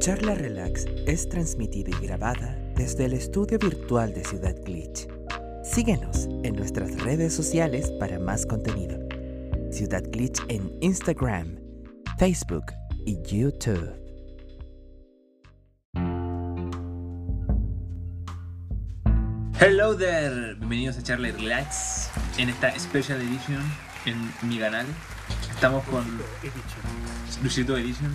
Charla Relax es transmitida y grabada desde el estudio virtual de Ciudad Glitch. Síguenos en nuestras redes sociales para más contenido. Ciudad Glitch en Instagram, Facebook y YouTube. Hello there, bienvenidos a Charla Relax en esta Special Edition en mi canal. Estamos con Luchito Edition.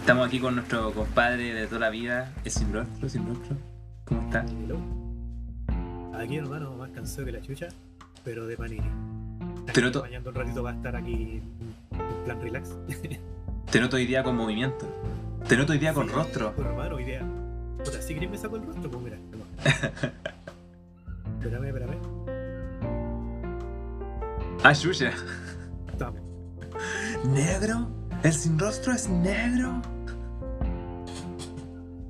Estamos aquí con nuestro compadre de toda la vida, el sin rostro, sin rostro. ¿Cómo está? Hello. Aquí hermano, más cansado que la chucha, pero de panini. Pero to- Bañando un ratito va a estar aquí en plan relax. Te noto hoy día con movimiento. Te noto hoy día con Sí, rostro. Con hermano, idea. Puta, si querés me saco el rostro, pues mira. toma. espérame, espérame. Ah, Yuya. Toma. ¿Negro? ¿El sin rostro es negro?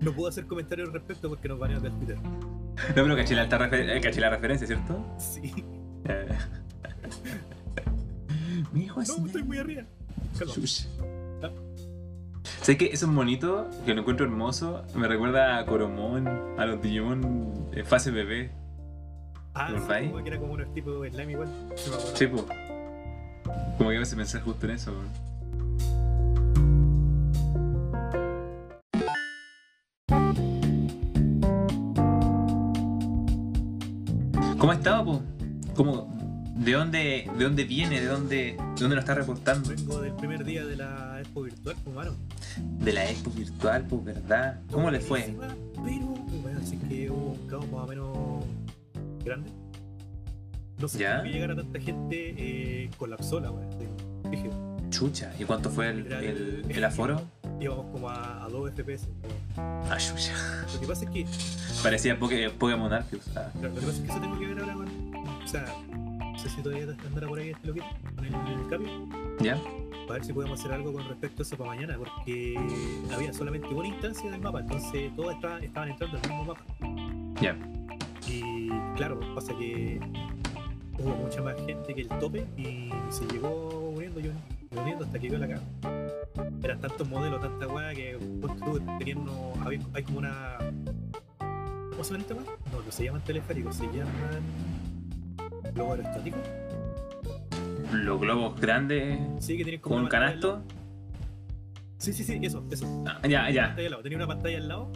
No puedo hacer comentarios al respecto porque nos banean del Twitter. No, pero caché la, alta refer- eh, caché la referencia, ¿cierto? Sí. Eh. Mi hijo es No, estoy negro. muy arriba. Calma. Yuya. Ah. Sé que eso es bonito, que lo encuentro hermoso. Me recuerda a Coromón, a los Digimon en fase bebé. Ah, ¿Lo sí, vais? como que era como unos tipos de slime igual. Se me acuerdo. Sí, po. Como que me hace pensar justo en eso, weón. ¿Cómo ha estado, po? ¿Cómo, ¿De dónde, de dónde viene? ¿De dónde, de dónde nos está reportando? Vengo del primer día de la expo virtual, pues, hermano. De la expo virtual, po, ¿verdad? ¿Cómo le fue? Buenísima, Pero pues, bueno, así que hubo un caos más o menos grande. No sé ¿Ya? por qué llegara tanta gente, eh, colapsó la wea. sí. Dije, Chucha. ¿Y cuánto fue el, el- el aforo? íbamos como a, a 2 FPS. ¿no? Ah, chucha. Lo que pasa es que, Parecía Poké- Pokémon Arceus. ah. claro, lo que pasa es que eso tengo que ver ahora, weón. O sea, no sé si todavía andará por ahí este loquito con el, el cambio. ¿Ya? Para ver si podemos hacer algo con respecto a eso para mañana, porque había solamente una instancia del mapa, entonces todos estaban, estaban entrando al mismo mapa. Ya. Y claro, pasa que hubo mucha más gente que el tope y se llegó uniendo y un- uniendo hasta que quedó la caga. Eran tantos modelos, tanta weá que ponte tú, tenían uno, había, hay como una. ¿Cómo se llama esta weá? No, no se llaman teleféricos, se llaman. Globo aerostático. Los globos grandes Sí, que tienen como. con un una pantalla al canasto. lado. Sí, sí, sí, eso, eso. Ah, ya, Una ya, pantalla al lado. Tenía una pantalla al lado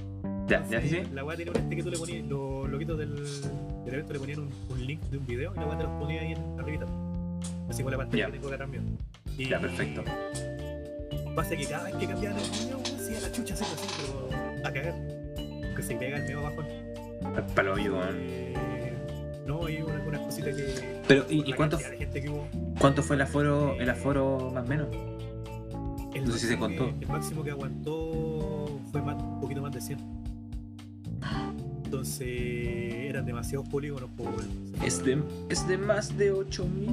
ya, ya, sí, sí. La weá tenía un este que tú le ponías, los loquitos del, del evento le ponían un, un link de un video y la weá te los ponía ahí en arribita. Así con la pantalla Ya. que tengo que cambio. Y Ya, perfecto. Pasa que cada vez que cambiaban el video, weón, hacía la chucha así, así, pero a cagar. Que se pega el medio abajo. Palo hoyo, weón. Eh, no, hay una, una cosita que. Pero, ¿y, por y la cuánto, cantidad de gente que hubo, cuánto fue el aforo, el aforo más o menos? el no sé si se máximo que- contó. el máximo que aguantó fue más, un poquito más de 100. Entonces eran demasiados polígonos, por Es de, es de más de 8000.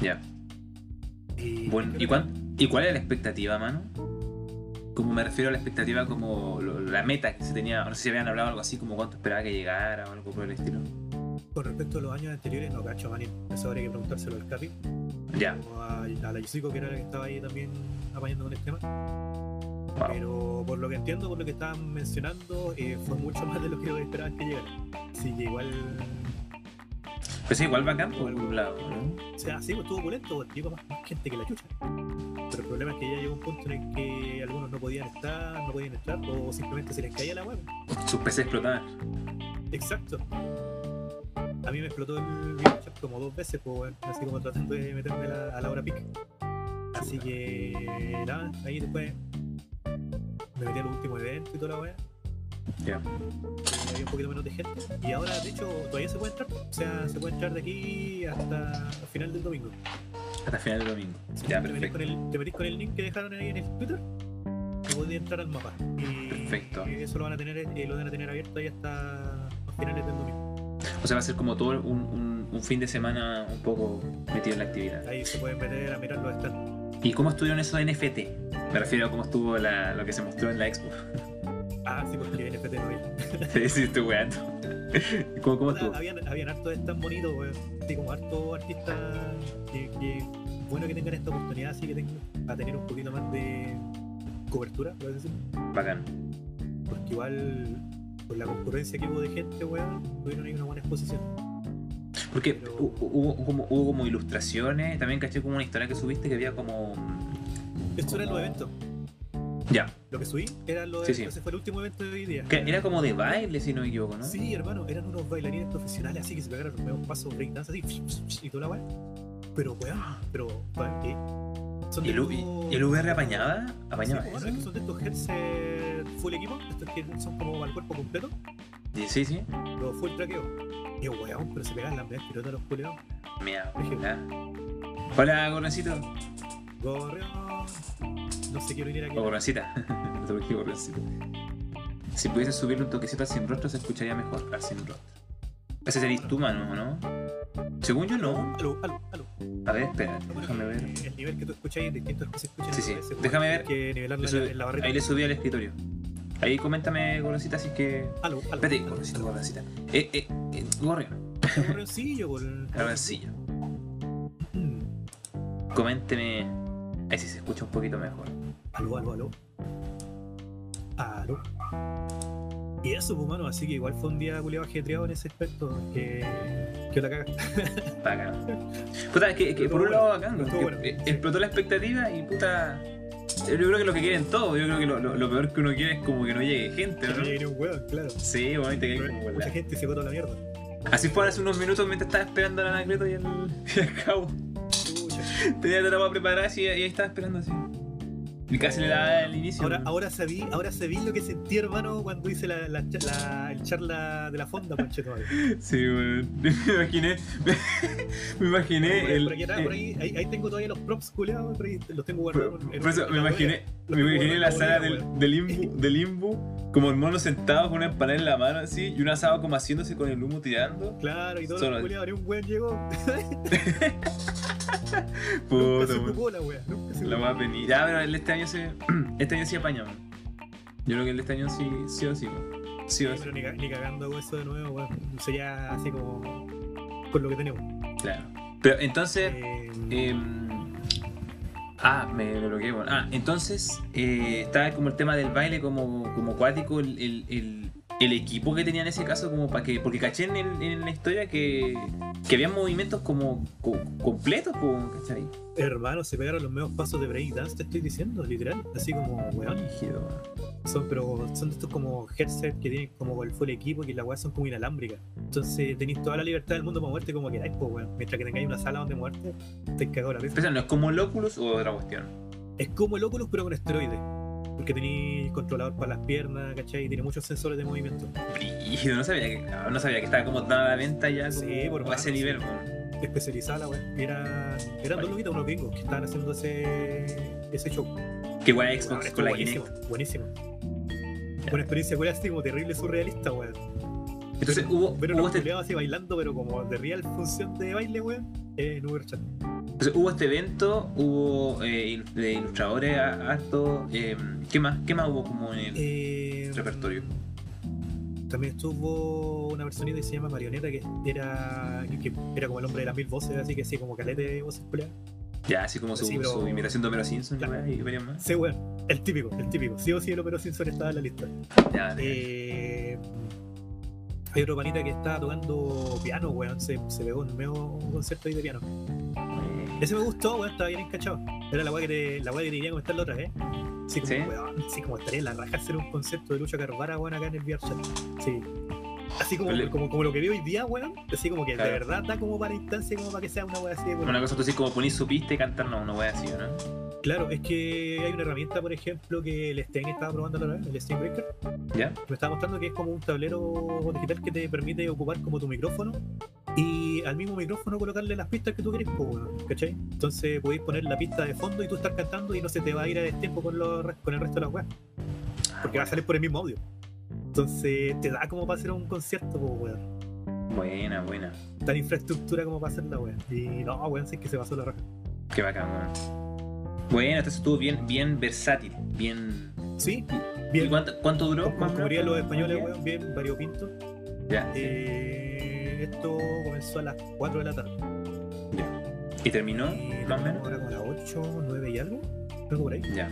Ya. Y, Bueno, ¿y, cuán- ¿Y cuál era la expectativa, mano? Como me refiero a la expectativa, como lo- la meta que se tenía. No sé si habían hablado algo así, como cuánto esperaba que llegara o algo por el estilo. Con respecto a los años anteriores, no cacho, Manil. Eso habría que preguntárselo al Capi. Ya, O a, a la Yusico, que era la que estaba ahí también apañando con el tema. wow. Pero por lo que entiendo, por lo que estaban mencionando, eh, fue mucho más de lo que esperaban que llegara. Así que igual. Pero Pues sí, igual bacán por algún lado, ¿no? O sea, sí, pues, estuvo opulento, porque llegó más, más gente que la chucha. Pero el problema es que ya llegó un punto en el que algunos no podían estar, no podían entrar, o simplemente se les caía la web. Sus PC explotaban. Exacto. A mí me explotó el videochat como dos veces, pues, weón, así como tratando de meterme a la, a la hora pic. Así que, nada, ahí después me metí al último evento y toda la weá. Ya. y Había un poquito menos de gente. Y ahora, de hecho, todavía se puede entrar. O sea, se puede entrar de aquí hasta el final del domingo. Hasta final del domingo. Si Ya, te, metís con perfecto. el, te metís con el link que dejaron ahí en el Twitter, y podés entrar al mapa. Y Perfecto. Eso lo van a tener, eh, lo van a tener abierto ahí hasta los finales del domingo. O sea, va a ser como todo un, un- un fin de semana un poco metido en la actividad. Ahí se pueden meter a mirar los stands. ¿Y cómo estuvieron esos NFT? Me refiero a cómo estuvo la- lo que se mostró en la expo. Ah, sí, porque NFT no hay. Sí, sí, estoy weando. ¿Cómo, cómo O sea, estuvo? habían, habían hartos stands bonitos, weón. Así como hartos artistas que, que- Bueno que tengan esta oportunidad, así que tengan, a tener un poquito más de, cobertura, por así decirlo. Bacán. Porque igual, por la concurrencia que hubo de gente, weón, tuvieron ahí una buena exposición. Porque Pero- hu- hu- hubo, como, hubo como ilustraciones, también caché como una historia que subiste que había como... Esto era Como- los eventos. Ya, Lo que subí era lo de. Sí, sí. Ese fue el último evento de hoy día. que era como de baile, si no me equivoco, ¿no? Sí, hermano, eran unos bailarines profesionales así que se pegaron un paso breakdance así y toda la weá. Pero weón, pero weón, ¿qué? Son ¿Y el, U- estos- y el VR apañaba? Sí, ¿Apañaba pues, bueno, eso? es que son de estos headset full equipo, estos que son como al cuerpo completo, Sí, sí, sí. pero full traqueo. Y yo, weón, pero se pegan las medias pilotas los culeos. Mira, Eje. hola. Hola, gorroncito. Gorreón. No sé, quiero ir aquí. O gorroncita. No te dije gorroncito. Si pudiese subirle un toquecito al sin rostro, se escucharía mejor al sin rostro. Ese sería tú, mano, ¿no? Según yo, no. Aló, aló, aló. A ver, espera, Bueno, déjame ver. El nivel que tú escuchas es distinto al que se escucha en Sí, el sí. OBS, weón. Déjame ver. Hay que nivelarlo Eso- en la, en la barrita. Ahí le subí al escritorio. Ahí coméntame, gorroncita, si es que. Aló, aló. Espérate, aló, gorroncito, aló. gorroncita. Eh, eh, eh, gorrión. Gorreoncillo, weón. Gorroncillo. Mm. Coménteme. Ahí sí se escucha un poquito mejor. Aló, aló, aló. Aló. Y eso, pues, mano, así que igual fue un día culiado ajetreado en ese aspecto. Que. que la caga. Bacán. Puta, es que, es que por un lado bacán, Estuvo que bueno, sí. explotó la expectativa y puta. Yo creo que es lo que quieren todos, yo creo que lo, lo- lo peor que uno quiere es como que no llegue gente, Que no ¿no? llegue ni un hueón, claro. Sí, bueno, y te caes como con Mucha la- gente se fue toda la mierda. Así fue hace unos minutos mientras estaba esperando al anacleto y al, y al cabo. Chucha. Tenía la ropa preparada así, y ahí estaba esperando así. Y casi le daba el inicio. Ahora, ¿no? ahora sabí, ahora sabí lo que sentí, hermano, cuando hice la, la, cha- la- el charla de la fonda, Pancheto. Sí, bueno. Me imaginé. Me imaginé el. eh. por aquí atrás, por ahí, ahí, ahí tengo todavía los props culeados, por ahí los tengo guardados. Por, en- en- por eso en me la imaginé, Lo me que imaginé huele, la lo sala huele, del, del imbu, del imbu, como el mono sentado con una empanada en la mano así, y un asado como haciéndose con el humo tirando. Claro, y todos Solo- los culeados, ni un hueón llegó. Nunca Puta, se weón. ocupó la wea, nunca se la ocupó. va a venir. Ya, pero el este año se. Este año sí apañamos. Yo creo que el este año sí, sí o sí. weón. Sí o Sí, sí, pero ni, ca- ni cagando hago eso de nuevo, weón. Sería así como. con lo que tenemos. claro. Pero entonces. Eh, em, ah, me lo bloqueé. bueno. Ah, entonces eh, estaba como el tema del baile, como, como cuático, el, el, el- el equipo que tenía en ese caso, como para que. Porque caché en, el- en la historia que, que había movimientos como co- completos, po, ¿cachai? hermano, se pegaron los medios pasos de breakdance, te estoy diciendo, literal. Así como, weón. Rígido, weón. Son, pero son de estos como headset que tienen como el full equipo que la weá son como inalámbricas. Entonces tenéis toda la libertad del mundo para moverte como queráis, pues weón. Mientras que tengáis una sala donde moverte, te cagado la risa. Pero eso no es como el Oculus o otra cuestión. Es como el Oculus pero con esteroides. Porque tenéis controlador para las piernas, ¿cachai? Y tiene muchos sensores de movimiento. Brígido, no sabía que, no sabía que estaba como tan a la venta ya como Sí, por a ese mano, sí. nivel, weón. Especializada la weá. Era, eran dos loquitos, unos gringos, que estaban haciendo ese, ese show. Qué guay Weón, Xbox estuvo con la buenísimo, Kinect. buenísimo. Una experiencia weón, así como terrible surrealista, weón. Entonces hubo, Pero hubo los este culiados así bailando, pero como de real función de baile, weón, en Uberchat. Entonces, hubo este evento, hubo eh, il- de ilustradores a- harto. eh, ¿Qué más? ¿Qué más hubo como en el Eh, repertorio? También estuvo una personita que se llama Marioneta, que era, que era como el hombre de las mil voces, así que sí, como calete de voces culiadas. Ya, así como su, Sí, pero- su imitación de Homero Simpson Claro. ¿no? y varias más. Sí, weón, el típico, el típico. Sí o sí, el Homero Simpson estaba en la lista. Ya, Eh, hay otro panita que estaba tocando piano, weón, se, se pegó en medio un concierto ahí de piano. eh, Ese me gustó, weón, estaba bien encachado. Era la weá que te, la weá que te quería comentar la otra vez. Sí, como, ¿Sí? weón, sí, como estaría en la raja hacer un concepto de Lucha Carvara, weón, acá en el VRChat. Sí. Así como, Pero le- como, como lo que veo hoy día, weón, así como que Claro. de verdad da como para instancia, como para que sea una weá así de weón. Una cosa tú así como ponís su pista y cantar, no, una wea así, ¿no? Claro, es que hay una herramienta, por ejemplo, que el Stein estaba probando la otra vez, el Stein Breaker. ¿Ya? me estaba mostrando que es como un tablero digital que te permite ocupar como tu micrófono y al mismo micrófono colocarle las pistas que tú quieres, po, weón, ¿cachai? Entonces podéis poner la pista de fondo y tú estar cantando y no se te va a ir a destiempo con, los re- con el resto de las weas, porque va a salir por el mismo audio. Entonces te da como para hacer un concierto, po, weón. Buena, buena. Tan infraestructura como para hacer la wea. Y no, weón, sí que se pasó la raja. Qué bacán, weón. Bueno, entonces estuvo bien, bien versátil, bien. Sí, ¿Y bien. cuánto, cuánto duró? Como, más o como menos? dirían los españoles, weón, bien variopinto. Ya. Eh, esto comenzó a las 4 de la tarde. ¿Y terminó? Y Más terminamos o ¿Ah? menos. ahora como a las 8, 9 y algo, algo por ahí. Ya.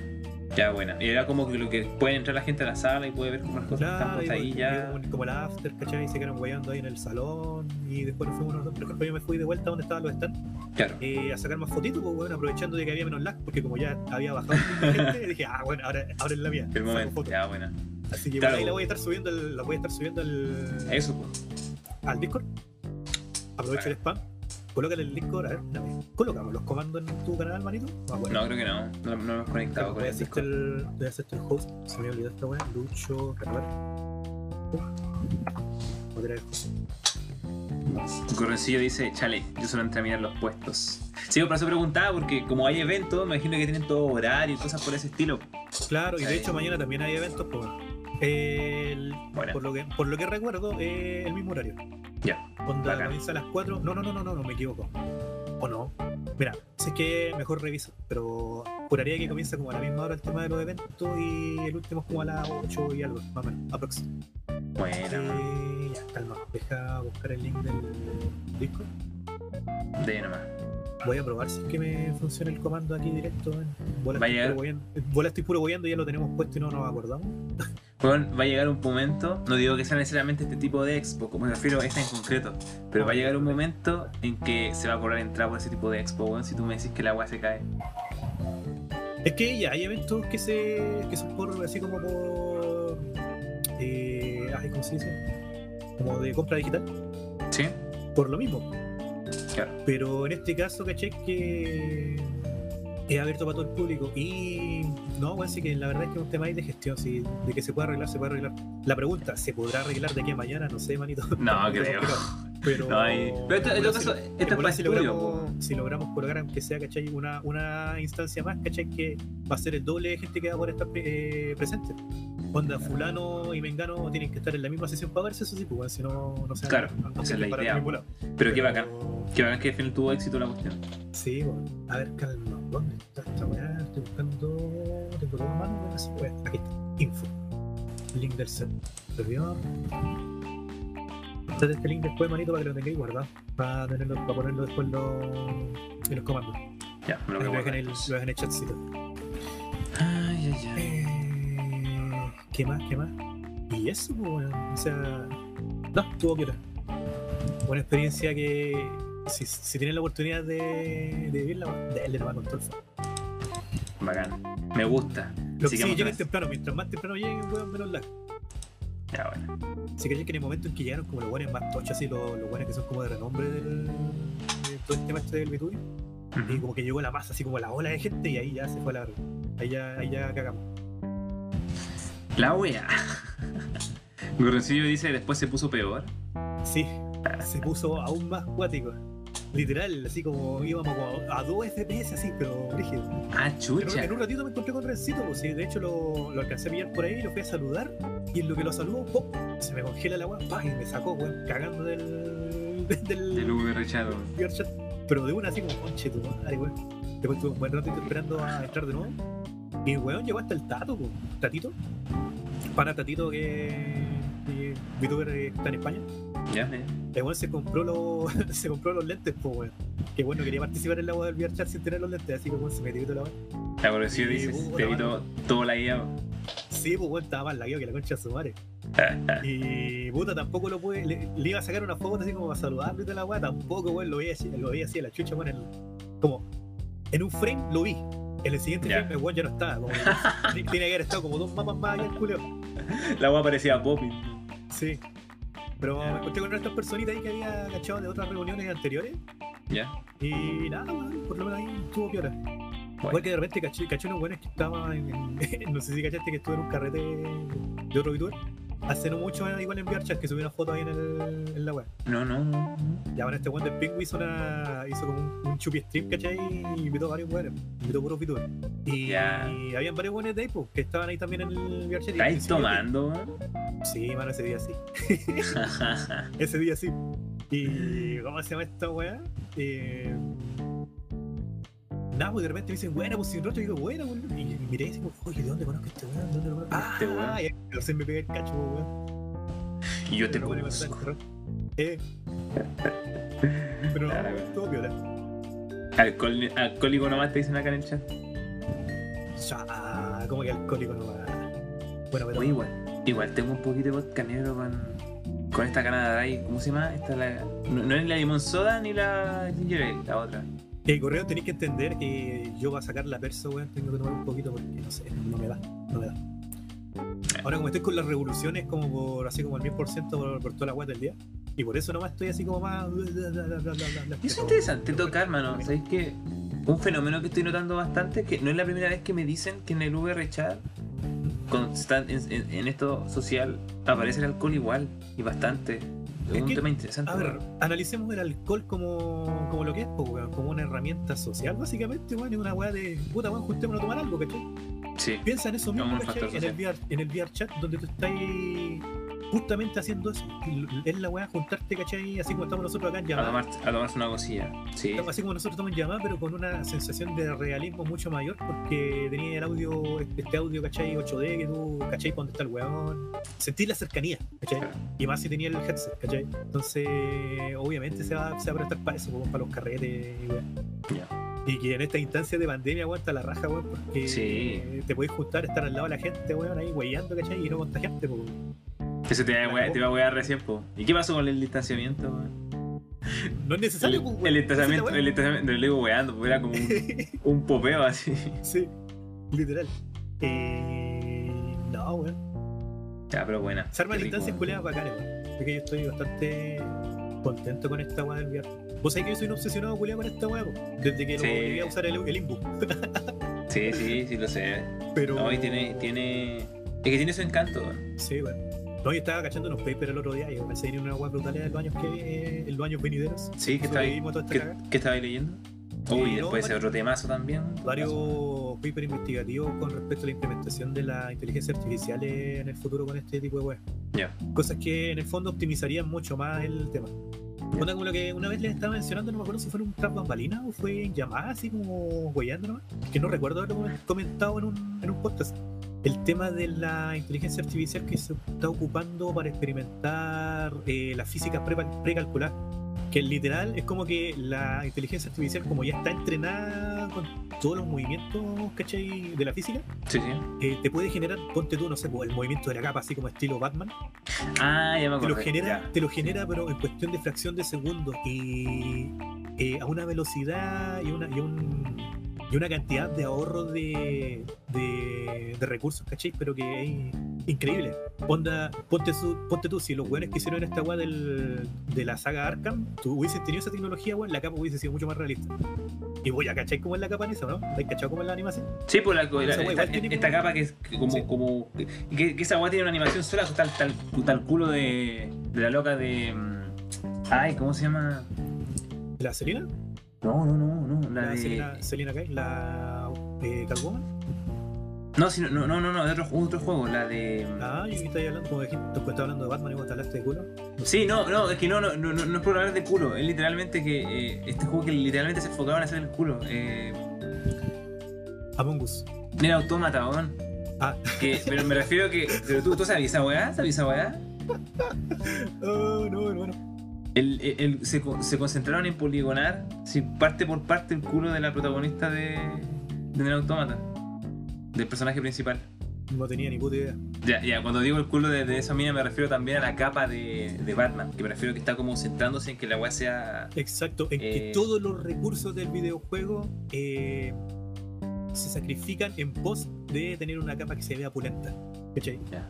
Ya, buena. Y era como que lo que puede entrar la gente a la sala y puede ver cómo las cosas están Claro, y puestas ahí bueno, ya. llegó como la after, ¿cachai? Y se quedaron guayando ahí en el salón. Y después nos fuimos nosotros. Pero después yo me fui de vuelta donde estaban los stands Claro. eh, a sacar más fotitos, pues, bueno, aprovechando de que había menos lag, porque como ya había bajado la gente, dije, ah, bueno, ahora, ahora es la mía. El saco momento. fotos. Ya, buena. Así que Claro. por ahí la voy a estar subiendo, al- la voy a estar subiendo al, Eso, pues. al Discord. Aprovecho el spam. Colócale el Discord, a ver, dame. Colocamos los comandos en tu canal, manito. Ah, bueno. No, creo que no. No, no hemos conectado con Voy a el hacerte Discord. el, voy a hacerte el host. Se me olvidó esta weá. Lucho, Carver. Otra vez. Tu correncillo dice, chale, yo solo entré a mirar los puestos. Sí, por eso preguntaba, porque como hay eventos, me imagino que tienen todo horario y cosas por ese estilo. Claro, y de Sí. hecho mañana también hay eventos. Por, el- Buena. por, lo, que, por lo que recuerdo, eh, el mismo horario. Ya. Onda Bacán. comienza a las 4. No, no, no, no, no, no, me equivoco. ¿O no? Mira, si es que mejor reviso, pero juraría que comienza como a la misma hora el tema de los eventos y el último es como a las 8 y algo, más o menos, aprox. Bueno, Eh, ya, calma, deja buscar el link del disco. de nomás. Voy a probar si es que me funciona el comando aquí directo. eh. Bola, Vaya. estoy puro hueveando- Eh, bola estoy puro hueveando, ya lo tenemos puesto y no nos acordamos. Weón, va a llegar un momento, no digo que sea necesariamente este tipo de expo, como me refiero a esta en concreto, pero va a llegar un momento en que se va a cobrar entrada por ese tipo de expo, weón, si tú me decís que el agua se cae. Es que ya hay eventos que se que son por así como por eh, ay, ¿cómo se dice? Como de compra digital, ¿Sí? por lo mismo. Claro. Pero en este caso, caché que es abierto para todo el público. Y no, bueno, sí que la verdad es que es un tema ahí de gestión, sí, de que se puede arreglar, se puede arreglar. La pregunta, ¿se podrá arreglar de aquí a mañana? No sé, manito. No, creo. Pero, Ah, No hay... Pero esto, en todo caso, esto es Igual para si estudio, logramos, weón. si logramos colocar, aunque sea, ¿cachai? Una, una instancia más, ¿cachai? Que va a ser el doble de gente que va a poder estar pre- eh, presente. Onda, fulano y mengano tienen que estar en la misma sesión para verse, eso sí, pues, weón, si no, no se Claro, no, esa se es la para idea. ningún lado. Pero qué bacán, qué bacán que al final tuvo éxito la cuestión. Sí, bueno. A ver, calma. ¿Dónde está esta weá? Estoy buscando. Tengo todo a mano, weón, así, weá. Aquí está. Info. Link del servidor. Date este link después, manito, para que lo tengáis guardado. Para, tenerlo, para ponerlo después en los- en los comandos. Ya, me lo Ahí voy Lo a dejan guardar. en el, lo dejan en el chatcito. Ay, ay, ay. Eh, ¿Qué más? ¿Qué más? Y eso, pues, bueno, o sea, no, tuvo que ir. Una experiencia que, si, si tienen la oportunidad de, de vivirla, denle nomás con todo el fa- Bacán. Me gusta. Lo que sí, Sigamos con lleguen eso. temprano, mientras más temprano lleguen, weón, menos lag. Ya, bueno. Así que que en el momento en que llegaron como los buenos más tochos, y los, los buenos que son como de renombre del, de todo el tema este del Bitcoin, y Ujú. como que llegó la masa, así como la ola de gente, y ahí ya se fue la verga. Ahí ya, ahí ya cagamos. La wea. Gorroncillo dice después se puso peor. Sí, se puso aún más cuático. Literal, así como íbamos como a 2 FPS, así, pero rígido. Ah, En, un- chucha. en un ratito me encontré con Rencito, pues, sí, de hecho lo, lo alcancé a pillar por ahí, lo fui a saludar, y en lo que lo saludo, ¡pop! se me congela la weá, ¡pah! y me sacó, weón, cagando del. del. El del Hugo Rechado. VR chat. Pero de una así como, conche tu madre, weón. Después estuve un buen ratito esperando a entrar de nuevo. Y weón llegó hasta el Tato, po. Tatito. Para Tatito que. que VTuber que está en España. Ya, eh. El weón se compró los, se compró los lentes, pues weón. Que bueno, quería participar en la weá del VR chat sin tener los lentes, así que weón se metió y toda la weá. La Gorroncillo Sí, dice uh, te la evitó todo la guía. Sí, pues weón estaba más lagueado que la concha de su madre. Y puta, tampoco lo pude. Le, le iba a sacar una foto así como para saludarlo y toda la weá. Tampoco, weón, lo veía así, lo veía así a la chucha, weón. en- Como en un frame lo vi. En el siguiente Ya. frame el weón ya no estaba. Como que- tiene que haber estado como dos mapas más allá el culeo. La wea parecía Poppy. Sí. Pero me encontré con otras personitas ahí que había cachado de otras reuniones anteriores. Ya. Y nada, weón, por lo menos ahí estuvo piola. Igual que de repente caché, caché unos buenos que estaban en, en- no sé si cachaste que estuve en un carrete de otro VTuber. Hace no mucho eh, igual en VRChat que subí una foto ahí en, el, en la web. No, no, no. Y ahora este weón del Pingüe hizo, una, hizo como un, un chupi stream, ¿cachai? Y invitó a varios weones, invitó a puros VTubers. Y, Ya. y habían varios buenos de ahí, pues, que estaban ahí también en el VRChat. y- ¿Estáis sí, tomando? Sí, mano, ese día sí. Ese día sí. Y ¿cómo se llama esta weá? Eh, nada, pues de repente me dicen, bueno, pues sin rostro, y digo, bueno, boludo. Y miré y digo, oye, ¿de dónde conozco a este weón? ¿De dónde lo conozco? a Este weón. Ah, y entonces me pegué el cacho, pues, weón. Y yo te Pero bueno, pongo. me contaron, Eh. Pero Claro, weón. estuvo piola. Alcohol- Alcohólico nomás te dicen acá en el chat. Ya, Ah, como que alcohólico no va. Bueno, pero. Oye, igual, igual tengo un poquito de vodka negro con, con esta cana de Dry. ¿Cómo se llama? Esta es la, no, no es la limón soda ni la ginger ale, la otra. El correo tenéis que entender que yo para sacar la persa, weón, tengo que tomar un poquito porque no sé, no me da, no me da. Ahora como estoy con las revoluciones como por así como el 10% por, por toda la guata del día. Y por eso nomás estoy así como más. bla, bla, bla, bla, bla, bla, Y eso es pero- interesante tocar, hermano. ¿Sabéis que un fenómeno que estoy notando bastante es que no es la primera vez que me dicen que en el VR chat, cuando están en, en- en esto social, aparece el alcohol igual y bastante. Es Es un que- tema interesante. A ver, analicemos el alcohol como, como lo que es, po, weón, como una herramienta social, básicamente, weón, es una weá de puta, weón, juntémonos a tomar algo, ¿cachai? Sí. Piensa en eso Como mismo, un factor ¿cachai? En el, VR, en el VR chat, donde tú estás justamente haciendo eso. Es la weá juntarte, ¿cachai? Así como estamos nosotros acá en A, llamada. tomar, a tomarse una cosilla. Sí. Estamos así como nosotros estamos en llamada, pero con una sensación de realismo mucho mayor, porque tenía el audio, este audio, ¿cachai? 8D, que tú, ¿cachai? Cuando está el weón. Sentís la cercanía, ¿cachai? Claro. Y más si tenía el headset, ¿cachai? Entonces, obviamente se va, se va a prestar para eso, como para los carretes, y weón. Ya. Y que en esta instancia de pandemia, aguanta la raja, weón, porque Sí. te podés juntar, estar al lado de la gente, weón, ahí weyando, ¿cachai? Y no contagiarte, po. Eso te, va a wea- te va a wear recién, po. ¿Y qué pasó con el distanciamiento, weón? No es El, necesario, po, weón. Esa el es la distanciamiento, weá. el distanciamiento, lo digo weando, porque era como un, un popeo así. Sí, literal. Eh, no, weón. Ya, pero buena. Se arman Qué rico, instancias weón. culeadas bacanas, weón. Así que yo estoy bastante contento con esta weá del VR. Vos sabés que yo soy un obsesionado culeado con esta weá, po, desde que Sí. lo llegué a usar el, el Inbu. Sí, sí, sí, lo sé. Pero. No, y tiene, tiene. Es que tiene su encanto. weón. Sí, weón. No, yo estaba cachando unos papers el otro día y me pensé en una weá brutalidad de los años que eh, en los años venideros. Sí, que estabais Sobrevivimos a toda esta ¿Qué, cagada. qué estabais leyendo? Sí, Uy, no, después ese varios- otro temazo también. Varios papers investigativos con respecto a la implementación de la inteligencia artificial en el futuro con este tipo de weá. Ya. Cosas que en el fondo optimizarían mucho más el tema. Onda como lo que una vez les estaba mencionando, no me acuerdo si fue en un tras bambalina o fue en llamada, así como huellando nomás, que no recuerdo haberlo comen- comentado en un, en un podcast. El tema de la inteligencia artificial que se está ocupando para experimentar eh, las físicas prepa- precalculadas. Que literal es como que la inteligencia artificial, como ya está entrenada con todos los movimientos, ¿cachai? De la física, Sí, sí. eh, te puede generar, ponte tú, no sé, como el movimiento de la capa, así como estilo Batman, Ah, ya me te acuerdo. lo genera, te lo genera pero en cuestión de fracción de segundo y eh, a una velocidad y una, y, un- y una cantidad de ahorro de, de, de recursos, ¿cachai? Pero que es in- increíble. Onda, ponte, su- ponte tú, si los weones que hicieron esta weá del- de la saga Arkham, tú hubieses tenido esa tecnología, weón, la capa hubiese sido mucho más realista. Y voy a cachar cómo es la capa en esa, ¿no? ¿Has cachado cómo es la animación? Sí, por la, co- Esa la- wea esta, igual tiene- esta capa que es que como. Sí. como que, que esa weá tiene una animación sola, tal, tal, tal culo de, de la loca de. mm, Ay, ¿cómo se llama? ¿La Selena? No, no, no, no. La, ¿La, de. Selena, Selena Kyle? ¿La eh, Catwoman? No, sí, no, no, no, no, de otro, otro juego, la de. Ah, yo que estaba hablando, como dijiste, tú estás hablando de Batman y vos te hablaste de culo. Sí, no, no, es que no, no, no, no no es por hablar de culo. Es literalmente que eh, este juego que literalmente se enfocaba en hacer el culo. Eh, Among Us. era autómata, weón. Ah. Que, pero me refiero que. Pero tú, tú sabes esa weá, sabes esa weá. Oh, no, hermano. El, el- el- se, co- se concentraron en poligonar sí, parte por parte el culo de la protagonista de. de Nier Automata. Del personaje principal. No tenía ni puta idea. Ya, ya, cuando digo el culo de, de esa mina me refiero también a la capa de, de Batman. Que me refiero que está como centrándose en que la weá sea. Exacto, en que Eh. todos los recursos del videojuego eh, se sacrifican en pos de tener una capa que se vea pulenta. ¿Cachai? Ya.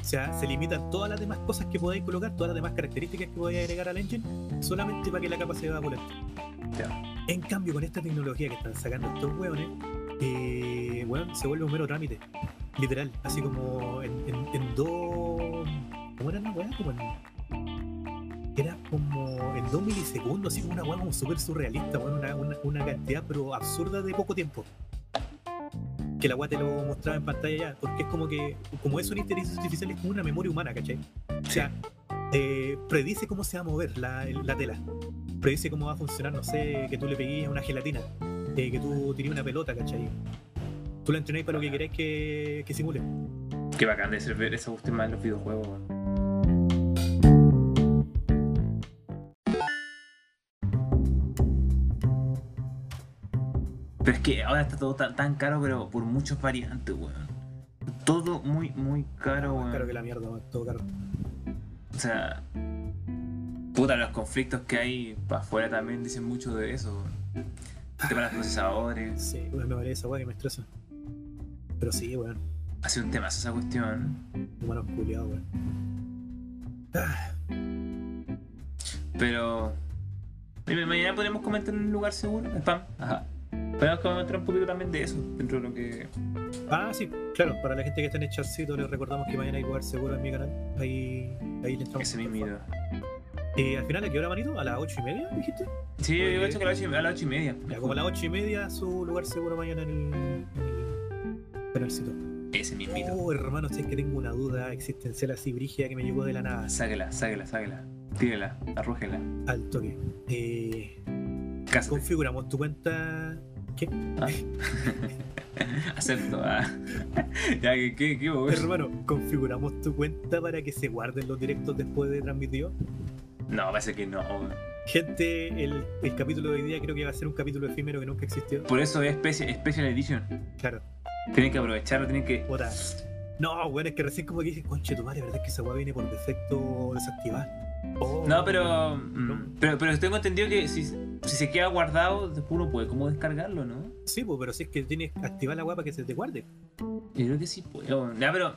O sea, se limitan todas las demás cosas que podáis colocar, todas las demás características que podáis agregar al engine, solamente para que la capa se vea pulenta. Ya. En cambio, con esta tecnología que están sacando estos hueones, eh, weón, se vuelve un mero trámite. Literal, así como en, en, en dos. ¿Cómo era la weá? Como en. Era como en dos milisegundos, así como una weá como súper surrealista, weón, una, una, una cantidad pero absurda de poco tiempo. Que la weá te lo mostraba en pantalla ya, porque es como que, como es una inteligencia artificial, es como una memoria humana, ¿cachai? O sea, eh, predice cómo se va a mover la, el- la tela. Predice cómo va a funcionar, no sé, que tú le peguís a una gelatina, eh, que tú tirís una pelota, ¿cachai? Tú la entrenás para lo que queráis que, que simule. Qué bacán de ser ver esa cuestión más en los videojuegos, weón. Pero es que ahora está todo tan, tan caro, pero por muchos variantes, weón. Todo muy, muy caro, Más weón. caro que la mierda, weón, todo caro. O sea, puta, los conflictos que hay para afuera también dicen mucho de eso. weón. El tema de los procesadores, Sí, weón, me vale esa weá que me estresa. Pero sí, weón, ha sido un temazo esa cuestión. humanos culiados, weón. Ah, Pero. Dime, mañana podremos comentar en un lugar seguro, spam. Ajá. Podemos comentar un poquito también de eso, dentro de lo que. Ah, sí, claro, para la gente que está en el chatcito les recordamos que mañana hay lugar seguro en mi canal. Ahí, ahí les estamos. Ese mismo video. Eh, al final, ¿a qué hora, manito? ¿A las ocho y media, dijiste? Sí, yo Oye. he hecho que a las ocho y- a las ocho y media. Ya, como a las ocho y media, su lugar seguro mañana en el, en el canalcito. Ese mismito. Oh, hermano, si es que tengo una duda existencial así brígida que me llegó de la nada, Sáquela, sáquela, sáquela. Tírela, arrójela. al toque. Eh, Cásate. configuramos tu cuenta. Acepto. ah. ya, que qué, qué, weón? Hermano, configuramos tu cuenta para que se guarden los directos después de transmitido. No, parece que no. weón. Gente, el, el capítulo de hoy día creo que va a ser un capítulo efímero que nunca existió. Por eso es Special, special Edition. Claro, Tienen que aprovecharlo, tienen que. puta. No, weón, es que recién como que dije, conche tu madre, ¿verdad es que esa weá viene por defecto desactivada? Oh, No, pero, mm, pero. Pero tengo entendido que si, si se queda guardado, después uno puede como descargarlo, ¿no? Sí, pues, pero si es que tienes que activar la weá para que se te guarde. Yo creo que sí puedo. Ya, pero.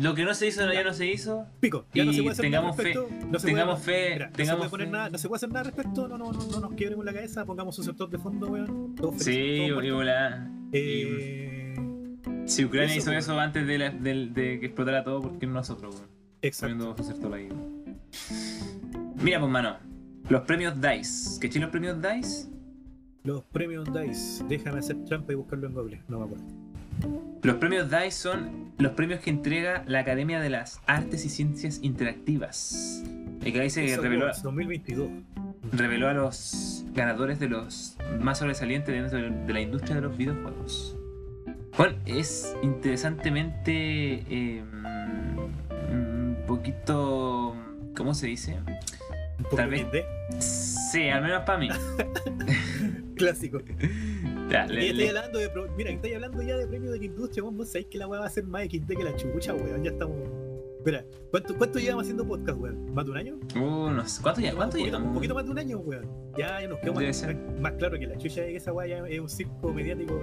Lo que no se hizo, ya no se hizo. Pico, ya no Y se puede hacer tengamos nada al fe, respecto. no se tengamos puede, fe, mira, no se tengamos puede poner fe. nada, no se puede hacer nada al respecto, no, no, no, no nos quiebremos la cabeza, pongamos un sector de fondo, weón. Todos Sí, felices, todos y muertos. volá. Y Eh, Si eso, Ucrania pues. hizo weón. eso antes de, la- del- de que explotara todo, ¿por qué no nosotros, weón? Exacto. Poniendo hacer todo ahí. Mira, pues, mano. Los premios DICE. ¿Qué los premios DICE? Los premios DICE, déjame hacer trampa y buscarlo en Google, no me acuerdo. Los premios DICE son los premios que entrega la Academia de las Artes y Ciencias Interactivas. El que ahí se Eso, pues. reveló, weón, 2022. reveló a los ganadores de los más sobresalientes dentro del- de la industria de los videojuegos. Bueno, es interesantemente eh, un poquito... ¿Cómo se dice? Un poco Tal vez- indie, Sí, al menos para mí. Clásico. Ya, Y le- estoy le- hablando de. pro- Mira, estoy hablando ya de premios de la industria, vos, vos sabéis que la weá va a ser más XD que la chucha, weón. Ya estamos. Espera, ¿cuánto, cuánto llevamos haciendo podcast, weón? ¿Más de un año? Uh, no sé, ¿Cuánto ya? ¿Cuánto un poquito, llevamos? un poquito más de un año, weón. Ya, ya nos quedamos Debe más, ser. más claro que la chucha de que esa weá ya es un circo mediático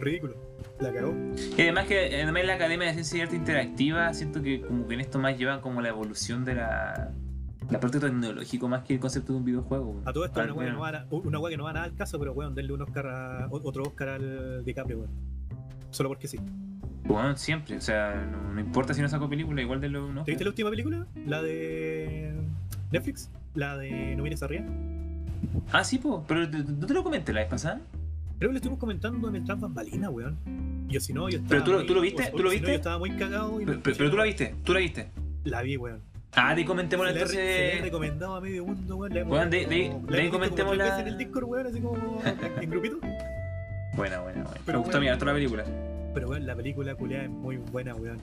ridículo. La cagó. Y además que eh, además la Academia de Ciencia y Arte Interactiva, siento que como que en esto más llevan como la evolución de la, la parte tecnológico más que el concepto de un videojuego. A todo esto, Al una weá que no menos. va, a- una weá que no va a nada al caso, pero weón, denle un Oscar a, o- otro Oscar al DiCaprio, weón. Solo porque sí. Bueno, siempre, o sea, no, no importa si no saco película, igual de lo no. ¿Te viste la última película? La de Netflix, la de No vienes arriba. Ah, sí, po, pero te- no te lo comenté la vez pasada. Creo que lo estuvimos comentando en el Trans Bambalina, weón. Yo si no, yo estaba. Pero tú lo- muy- tú lo viste, o- tú lo si no, viste. yo estaba muy cagado. Y Pero, no, pero- pero tú la viste, tú la viste. La vi, weón. Ah, de ahí comentémosla Se la he re- se la he entonces. recomendado a medio mundo, weón. La hemos- Weón, de- de- la de hemos ahí visto como comentemos tres la- veces En el Discord, weón, así como en grupito. Buena, buena, buena. Me Pero gustó bueno. mirar toda la película. Pero weón, la película culeada es muy buena, weón.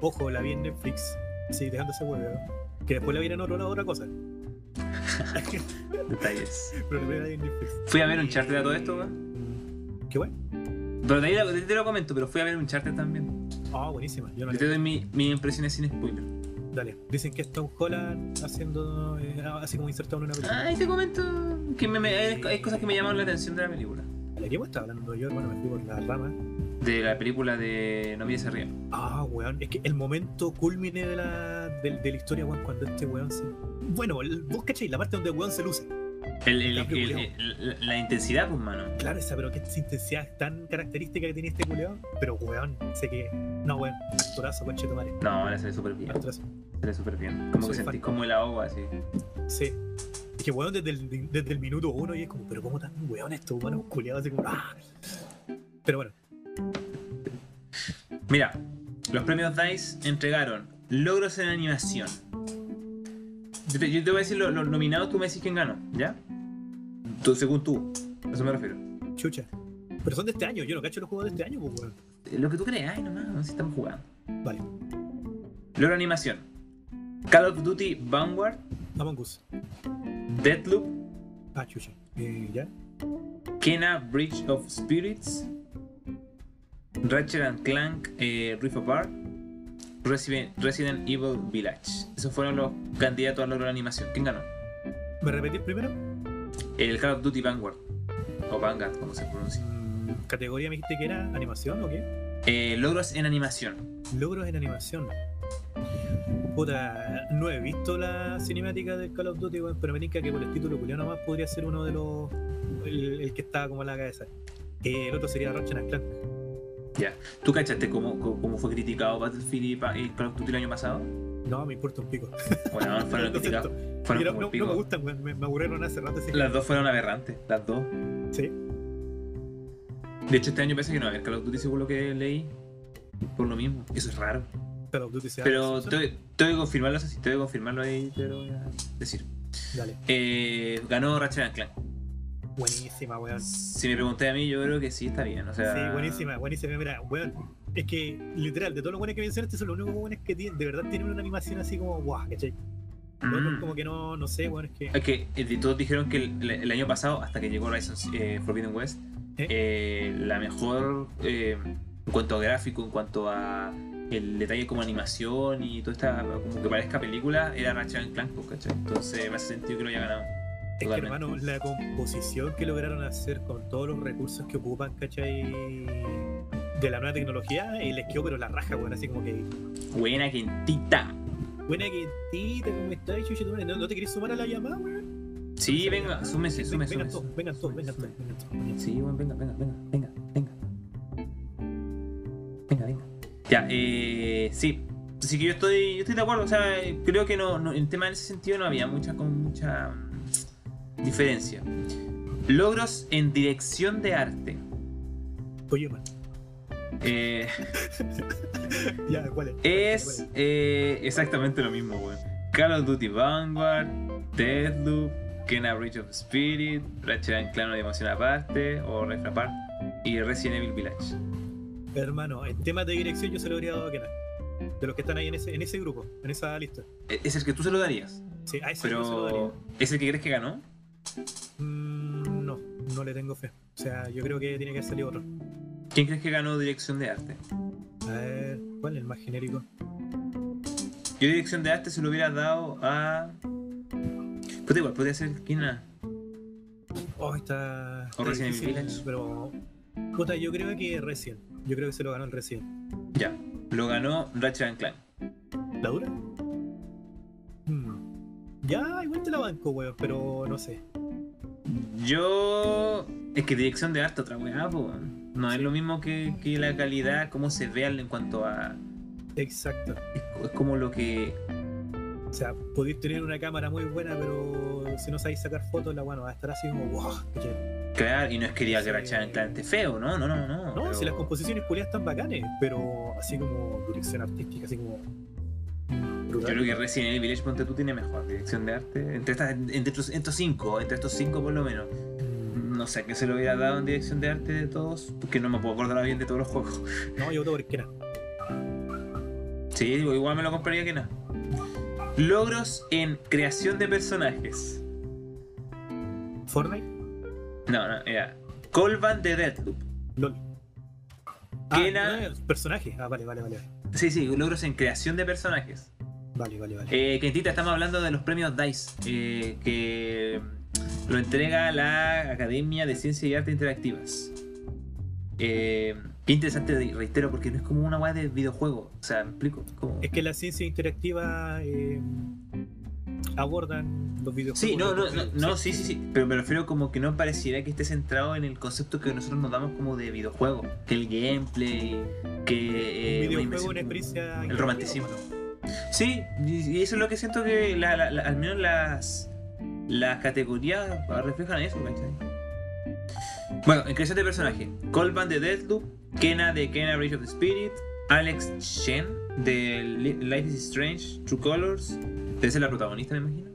Ojo, la vi en Netflix. Sí, dejando ese weón. Que después la vi en otro lado, otra cosa. Detalles. Pero la primera vi en Netflix. Fui a ver un charter a todo esto, weón. Qué bueno. Pero de ahí la- de ahí te lo comento, pero fui a ver un charter también. Ah, buenísima. Yo no Yo la te doy mi- mis impresiones sin spoiler. Dale, dicen que es Tom Holland haciendo, eh, así como insertado en una película. Ahí Ah, te comento que me- me- hay, hay cosas que me llamaron la atención de la película. ¿De qué me está hablando yo, hermano? Me fui por la rama. De la película de No mires arriba. Ah, weón, es que el momento culmine de la, de, de la historia, weón, cuando este weón se... Bueno, el- vos cacháis, la parte donde el weón se luce. El- el- La película. el- el- la- la intensidad, pues, mano. Claro, esa, pero qué intensidad tan característica que tiene este culeón. Pero, weón, sé que... No, weón, actorazo, conchetumare, No, la se ve súper bien. actorazo. Se ve súper bien. Como Soy que fan. sentís como el agua, así. Sí. Es que, weón, desde el, desde el minuto uno y es como, pero cómo tan weón estos humanos culeados, así como... ¡ah! Pero bueno, Mira, los premios DICE entregaron logros en animación. Yo te, yo te voy a decir lo- los nominados, tú me decís quién ganó, ¿ya? Tú, según tú, a eso me refiero. chucha. Pero son de este año, yo no cacho los juegos de este año, pues, weón. Lo que tú creas, ay, nomás, no sé si estamos jugando. Vale. Logro animación. Call of Duty Vanguard, Among Us. Deathloop, Ah, chucha. Eh, ya. Kena Bridge of Spirits, Ratchet and Clank eh, Rift Apart, Resident, Resident Evil Village. Esos fueron los candidatos al logro de la animación. ¿Quién ganó? ¿Me repetí primero? El Call of Duty Vanguard, o Vanguard, como se pronuncia. Mm, ¿Categoría me dijiste que era animación o qué? Eh, logros en animación. Logros en animación. Puta, no he visto la cinemática del Call of Duty, weón, pero me tinca que por el título culiao nomás podría ser uno de los. el, el que estaba como en la cabeza. Eh, el otro sería Ratchet and Clank. ¿Tú cachaste cómo, cómo- cómo fue criticado Battlefield y pa- y Call of Duty el año pasado? No, me importa un pico. Bueno, no fueron Lo siento. criticados. Fueron Mira, no, como el no me pico. gustan, weón, me, me aburrieron hace rato. así que- Las dos fueron aberrantes, las dos. Sí. De hecho, este año parece que no va a haber Call of Duty, según lo que leí. Por lo mismo, eso es raro. Call of Duty se llama Pero Simpson. tengo tengo que confirmarlo, eso sí, tengo que confirmarlo ahí, pero voy a decir. Dale. Eh, ganó Ratchet and Clank. Buenísima, weón. Si me pregunté a mí, yo creo que sí está bien. O sea, Sí, buenísima, buenísima. Mira, weón. Es que, literal, de todos los buenos que mencionaste, son los únicos buenos que tienen, de verdad tienen una animación así como, guau, ¿cachai? Los otros Mm. como que no, no sé, weón, es que. Es que eh, de todos dijeron que el, el año pasado, hasta que llegó Horizon eh, Forbidden West, ¿Eh? eh, la mejor eh, en cuanto a gráfico, en cuanto a el detalle como animación y todo esta como que parezca película, era Ratchet and Clank, pues, ¿cachai? Entonces me hace sentido que lo haya ganado. Es que, Totalmente. hermano, la composición que lograron hacer con todos los recursos que ocupan, ¿cachai? De la nueva tecnología, y les quedó pero la raja, weón, así como que, Buena quentita. buena quentita, como está, y chucha, tu madre, ¿no, no te querés sumar a la llamada, weón? Sí, venga, súmese, Ven- súmese. Vengan súmese. todos, vengan todos, vengan todos, vengan todos. Sí, bueno, venga, venga, venga, venga, venga. Venga, venga. Ya, eh, sí. Así que yo estoy, yo estoy de acuerdo. O sea, eh, creo que no, no- en tema en ese sentido no había mucha, con mucha mm, diferencia. Logros en dirección de arte. Oye, man, Eh, ya, ¿cuál es? es eh, exactamente lo mismo, weón. Call of Duty Vanguard, Deathloop, Kena Bridge of Spirit, Ratchet and Clank una dimensión aparte, o Rift Apart, y Resident Evil Village. Hermano, en temas de dirección yo se lo habría dado a Kenan. De los que están ahí en ese, en ese grupo, en esa lista. E- Es el que tú se lo darías. Sí, a ese yo se lo daría. Pero es el que crees que ganó. Mm, no, no le tengo fe. O sea, yo creo que tiene que haber salido otro. ¿Quién crees que ganó dirección de arte? A ver, ¿cuál es el más genérico? Yo dirección de arte se lo hubiera dado a. Puta igual, podría ser quién era. Oh, está. O está Resident difícil, Evil Village. Pero. Puta, yo creo que Resident. Yo creo que se lo ganó el Resident. Ya. Lo ganó Ratchet and Clank. ¿La dura? Mm. Ya, igual te la banco, weón, pero no sé. Yo. Es que dirección de arte, otra weá, po. No es lo mismo que, que la calidad, cómo se ve al- en cuanto a. Exacto. Es, es como lo que. O sea, podéis tener una cámara muy buena, pero si no sabéis sacar fotos, la bueno, va a estar así como, wow, ¿cachai? Crear, y no es que diga que Sí. Ratchet and Clank esté feo, no, no, no, no. No, pero- si las composiciones culiadas están bacanes, pero así como dirección artística, así como. Yo creo que Resident Evil Village Ponte tú tiene mejor dirección de arte. Entre, estas, entre, estos, estos cinco, entre estos cinco por lo menos. No sé a qué se lo hubiera dado en dirección de arte de todos, porque no me puedo acordar bien de todos los juegos. No, yo voto por Kena. Sí, digo, igual me lo compraría que nada. Logros en creación de personajes. Fortnite, No, no, era. Colvan de Deathloop. LOL. Kena- ah, personaje. Ah, vale, vale, vale. Sí, sí, logros en creación de personajes. Vale, vale, vale. Eh, Kentita, estamos hablando de los premios DICE, eh, que lo entrega la Academia de Ciencia y Arte Interactivas. Eh, qué interesante, reitero, porque no es como una weá de videojuego. O sea, me explico. es como- Es que la ciencia interactiva eh, abordan los videojuegos. Sí, no, no, no, los- no, sí, sí, sí. Pero me refiero como que no pareciera que esté centrado en el concepto que nosotros nos damos como de videojuego. Que el gameplay, que... Un eh, una videojuego, inmersión- una experiencia. el romanticismo. Sí, y y eso es lo que siento que la- la- la- al menos las, las categorías reflejan eso, ¿cachai? Bueno, en creación de personaje, Colban de Deathloop, Kena de Kena Bridge of Spirit, Alex Shen de Li- Life is Strange, True Colors, debe ser la protagonista, me imagino.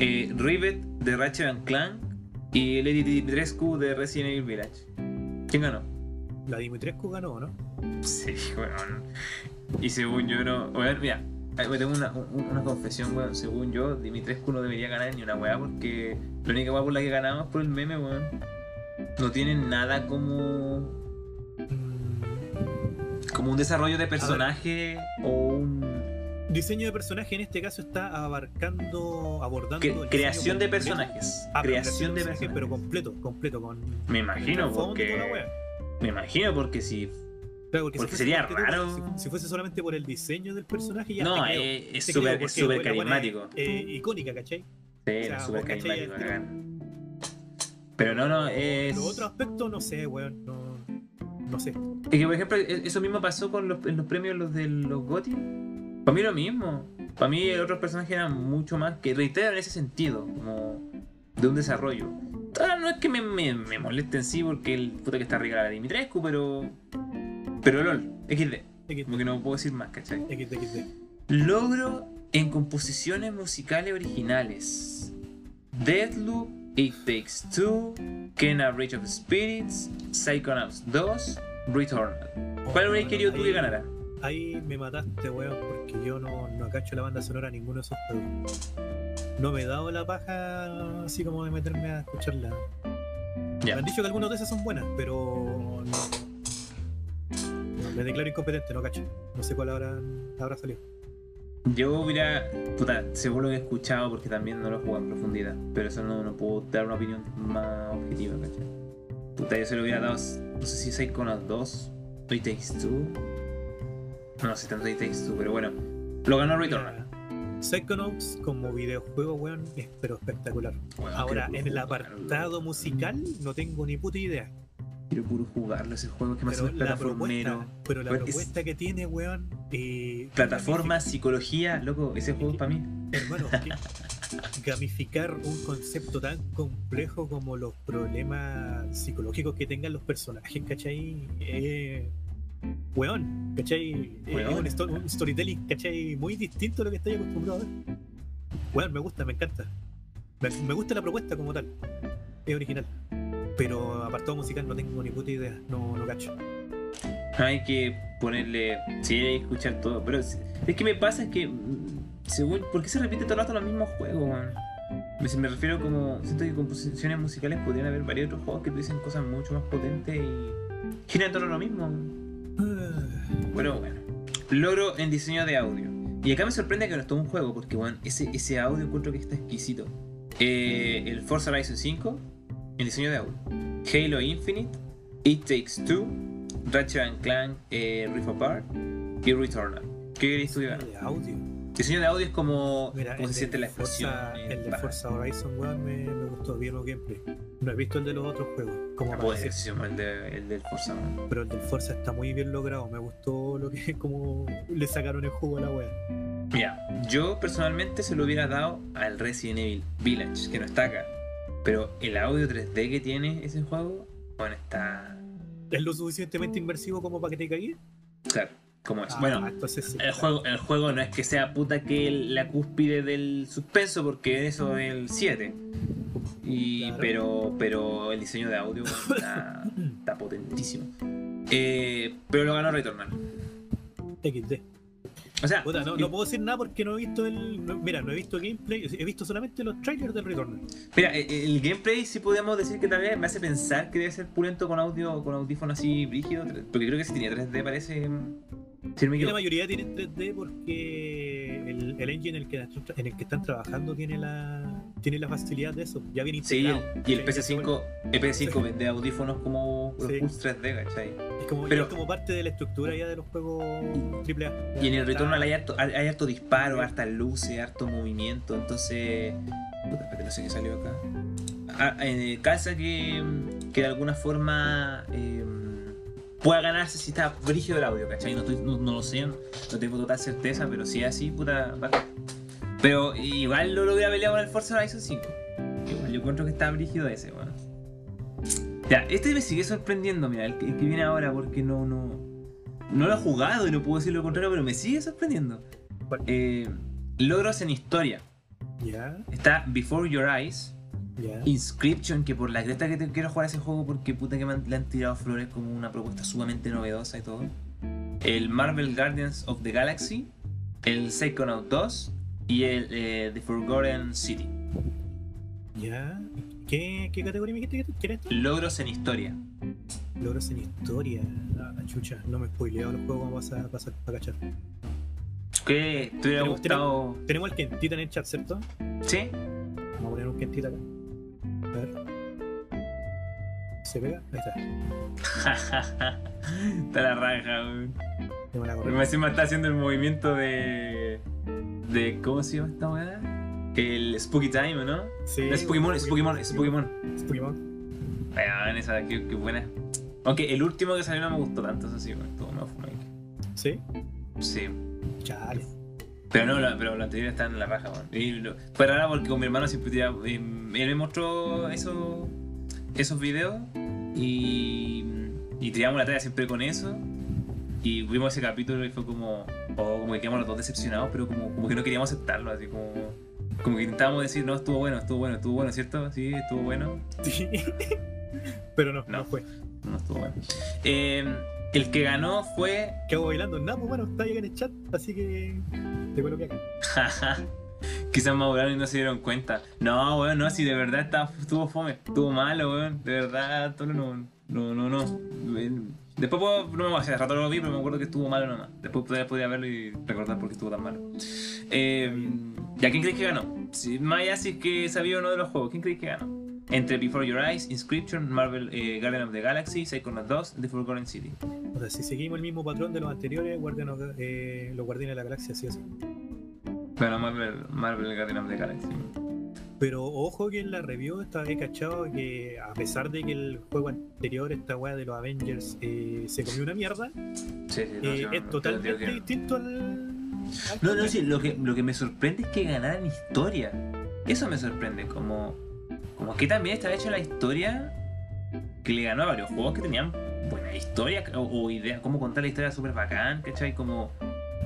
eh, Rivet de Ratchet and Clank y Lady Dimitrescu de Resident Evil Village. ¿Quién ganó? La Dimitrescu ganó, ¿no? Sí, weón. Y según yo no. Weón, mira, ahí me tengo una, un- una confesión, weón. Según yo, Dimitrescu no debería ganar ni una weá porque la única weá por la que ganaba es por el meme, weón. no tienen nada como. Mm. como un desarrollo de personaje o un. Diseño de personaje en este caso está abarcando, abordando. cre- el diseño creación de completo. personajes. Ah, pero creación de personajes. Pero completo, completo. Con, Me con el imagino trasfondo y toda la porque. wea. Me imagino porque si. Claro, porque, porque fuese sería solamente por- raro. si, si fuese solamente por el diseño del personaje, ya. No, te creo. eh, es Te creo, súper es porque súper la buena es, carismático. eh, icónica, ¿cachai? Sí, o sea, es súper vos cachai carismático. el la cara. Pero no, no, es. Lo otro aspecto, no sé, weón. No, no sé. Es que, por ejemplo, e- eso mismo pasó con los, en los premios los de los GOTY. Para mí lo mismo. Para mí el otro personaje era mucho más que reitero en ese sentido, como de un desarrollo. Ah, no es que me, me, me moleste en sí porque el puta que está rica la Dimitrescu, pero. Pero LOL, XD. Como XD, que no puedo decir más, ¿cachai? XD, XD. Logro en composiciones musicales originales. Deathloop, It Takes Two, Kena Bridge of Spirits, Psychonauts 2, Returnal. ¿Cuál habréis Oh, querido tú ahí- que ganara? Ahí me mataste, weón, porque yo no, no cacho la banda sonora a ninguno de esos juegos. No me he dado la paja así como de meterme a escucharla. Ya. Me han dicho que algunas de esas son buenas, pero no. No, Me declaro incompetente, no cacho. No sé cuál habrá, habrá salido. Yo hubiera, puta, seguro que he escuchado porque también no lo he jugado en profundidad, pero eso no, no puedo dar una opinión más objetiva, ¿cachai? Puta, yo se lo hubiera dado, no sé si 6 con las 2, It Takes Two. No sé tanto It Takes Two, pero bueno, lo ganó Returnal. Mira, Psychonauts como videojuego, weón, es pero espectacular. Weón, Ahora, quiero en el puro apartado musical no tengo ni puta idea. jugarlo. Quiero puro jugarlo ese juego, que más Pero es la plataformero. propuesta, pero la Weón, es- propuesta que tiene, weón, eh, y Plataforma, psicología, loco, ese juego es para mí. Hermano, que- gamificar un concepto tan complejo como los problemas psicológicos que tengan los personajes, ¿cachai? Eh, weón, ¿cachai? Eh, Weón. es un, sto- un storytelling, ¿cachai? Muy distinto a lo que estoy acostumbrado a ver. Weón, me gusta, me encanta. Me, me gusta la propuesta como tal. Es original. Pero apartado musical no tengo ni puta idea. No, no cacho. Hay que ponerle. Sí, hay que escuchar todo. Pero es es que me pasa que. mm, Según, ¿Por qué se repite todo el rato los mismos juegos, weón? Me, si me refiero como. Siento que composiciones musicales podrían haber varios otros juegos que tuviesen cosas mucho más potentes y. Giran todo lo mismo. Ah, Bueno, bueno. Logro en diseño de audio. Y acá me sorprende que no estuvo un juego, porque bueno, ese, ese audio encuentro que está exquisito. Eh, el Forza Horizon 5, en diseño de audio. Halo Infinite, It Takes Two, Ratchet and Clank, eh, Rift Apart y Returnal. ¿Qué queréis tú, Iván? de Ah, audio. Diseño de audio es como, Mira, como el se siente de la explosión. Forza- eh, El de baja. Forza Horizon, weón, me, me gustó bien los gameplay. No he visto el de los otros juegos, como Ah, para puede decir, ser, sí, el, de, el del Forza. ¿no? pero el del Forza está muy bien logrado. Me gustó lo que como le sacaron el jugo a la wea. Mira, yo personalmente se lo hubiera dado al Resident Evil Village, que no está acá. Pero el audio 3D que tiene ese juego, bueno, está. ¿Es lo suficientemente inmersivo como para que te caigas? Claro, como es. Ah, bueno, entonces sí. el juego, el juego no es que sea puta que el- la cúspide del suspenso, porque eso es el 7. Y, Claro. pero, pero el diseño de audio está, está potentísimo. Eh, pero lo ganó Returnal. XD. O sea, Puta, no, y- no puedo decir nada porque no he visto el. no- mira, no he visto gameplay, he visto solamente los trailers del Returnal. Mira, e- e- el gameplay sí podemos decir que tal vez me hace pensar que debe ser pulento con audio, con audífono así brígido, tre- porque creo que si tenía 3D parece. mm, Si no me Y la equivoco. mayoría tienen 3D porque el, el engine en el, que, en el que están trabajando tiene la tiene la facilidad de eso. Ya viene Sí, integrado. el- y el PS5, el PS5 vende audífonos como Sí. Pulse 3D, ¿cachai? Es como, Pero- es como parte de la estructura ya de los juegos AAA. Y en el retorno hay la harto, hay- hay harto disparo, harta luces, harto movimiento, entonces. Puta, espérate, no sé qué salió acá. Ah, eh, calza que, mm, que de alguna forma eh, pueda ganarse si está brígido el audio, ¿cachai? No, estoy- no- no lo sé, no tengo total certeza, pero si es así, puta. va. Pero igual no lo hubiera peleado con el Forza Horizon 5. Igual yo encuentro que está brígido ese, weón. Ya, este me sigue sorprendiendo, mira, el que, el que viene ahora, porque no, no, no lo he jugado y no puedo decir lo contrario, pero me sigue sorprendiendo. ¿Cuál? Eh, logros en historia. Ya, Está Before Your Eyes, ya. Inscription, que por la creta que te quiero jugar a ese juego porque puta que me han- le han tirado flores como una propuesta sumamente novedosa y todo. El Marvel Guardians of the Galaxy, el Psychonaut 2 y el eh, The Forgotten City. ya. ¿Qué, qué categoría me dijiste que te- que era esta? Logros en historia. Logros en historia. Ah, la chucha, no me he spoileado los juegos como vas a pasar para cachar. ¿Qué? ¿Te hubiera Tenemos- gustado? Tenemos el quentita en el chat, ¿cierto? ¿Sí? Vamos a poner un quentita acá. A ver. ¿Se pega? Ahí está. está la raja, weón. Me van a correr. Porque encima está haciendo el movimiento de. de ¿Cómo se llama esta weá? El Spooky Time, ¿o ¿no? Sí, No, es Pokémon, es Pokémon, es Pokémon. Es Pokémon. Weón, esa, qué, qué buena. Aunque el último que salió no me gustó tanto, eso sí, weón. Estuvo más fome. Sí. Sí. Chale. Pero no, la- pero lo anterior está en la raja, weón. Y lo- Fue raro porque con mi hermano siempre tiraba. eh, él me mostró eso- esos videos y. Y tiramos la tarea siempre con eso. Y vimos ese capítulo y fue como. Oh, como que quedamos los dos decepcionados, pero como, como que no queríamos aceptarlo, así como. Como que intentábamos decir, no, estuvo bueno, estuvo bueno, estuvo bueno, ¿cierto? Sí, estuvo bueno. Sí. Pero no, no, No. fue. No estuvo bueno. Eh, el que ganó fue ¿Qué hago bailando? Nada, pues bueno, está ahí en el chat, así que te coloqué acá. Jaja. Quizás maduraron y no se dieron cuenta. No, weón, no, si de verdad estaba, estuvo fome, estuvo malo, weón. De verdad, todo no, no, no, no. Ven. Después, puedo- no me hace rato lo vi, pero me acuerdo que estuvo malo nomás. Después podía, podía verlo y recordar por qué estuvo tan malo. Eh, ¿Y a quién crees que ganó? Si, más allá si es que sabía uno de los juegos, ¿quién crees que ganó? Entre Before Your Eyes, Inscription, Marvel eh, Guardian of the Galaxy, Psychonauts 2, The Forgotten City. O sea, si seguimos el mismo patrón de los anteriores, guardianos, eh, los guardianes de la galaxia, sí o sí. Bueno, Marvel, Marvel Guardian of the Galaxy. Pero ojo que en la review esta vez cachado que a pesar de que el juego anterior, esta weá de los Avengers, eh, se comió una mierda, Sí, sí, eh, sí, es no, totalmente creo que- distinto al. al No, no, juego. sí, lo que, lo que me sorprende es que ganaran historia. Eso me sorprende, como, como que también está hecho la historia que le ganó a varios juegos que tenían buena historia o, o idea, cómo contar la historia súper bacán, ¿cachai? Como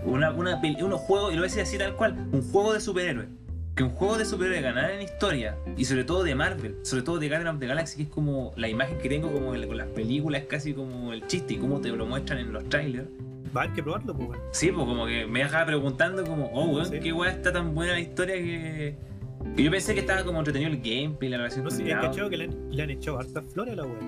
una, una peli- unos juegos, y lo voy a decir así tal cual, un juego de superhéroes. Que un juego de superhéroes ganara en historia, y sobre todo de Marvel, sobre todo de Guardians of the Galaxy, que es como la imagen que tengo como el- con las películas, casi como el chiste y cómo te lo muestran en los trailers. Va a haber que probarlo, pues weón. Sí, pues como que me dejaba preguntando como, oh weón, Sí. qué weá está tan buena la historia que... que yo pensé que estaba como entretenido el gameplay, la relación No con sé, Yao. he cachado que le han, le han echado hartas flores a la weá.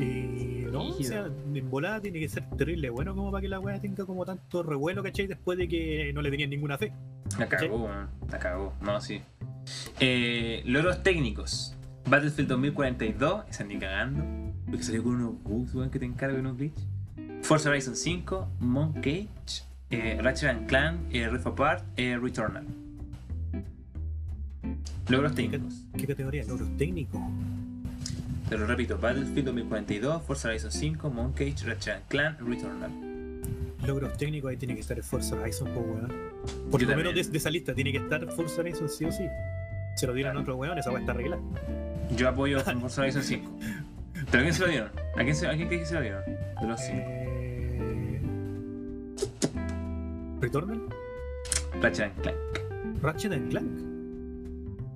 Y no, o Brígido. sea, en volada tiene que ser terrible bueno como para que la weá tenga como tanto revuelo, ¿cachai? Después de que no le tenían ninguna fe. La cagó, weón. La cagó. No, sí. Eh, logros técnicos. Battlefield 2042, esa ni cagando. Porque salió con unos bugs, weón, que te encargo unos glitch. Forza Horizon 5, Monk Cage, eh, Ratchet and Clank, eh, Rift Apart, eh, Returnal. Logros técnicos. ¿Qué categoría? Logros técnicos. Te lo repito, Battlefield 2042, Forza Horizon 5, Mount Cage, Ratchet and Clank, Returnal. Logros técnicos, ahí tiene que estar el Forza Horizon, pues weón. Por Yo lo menos también. de, de esa lista tiene que estar Forza Horizon sí o sí. Se lo dieron a otro weón, esa weá está arreglada. Yo apoyo Forza Horizon 5. ¿Pero a quién se lo dieron? ¿A quién, se, a quién crees que se lo dieron? De los cinco. Eh... ¿Returnal? Ratchet and Clank. Ratchet and Clank.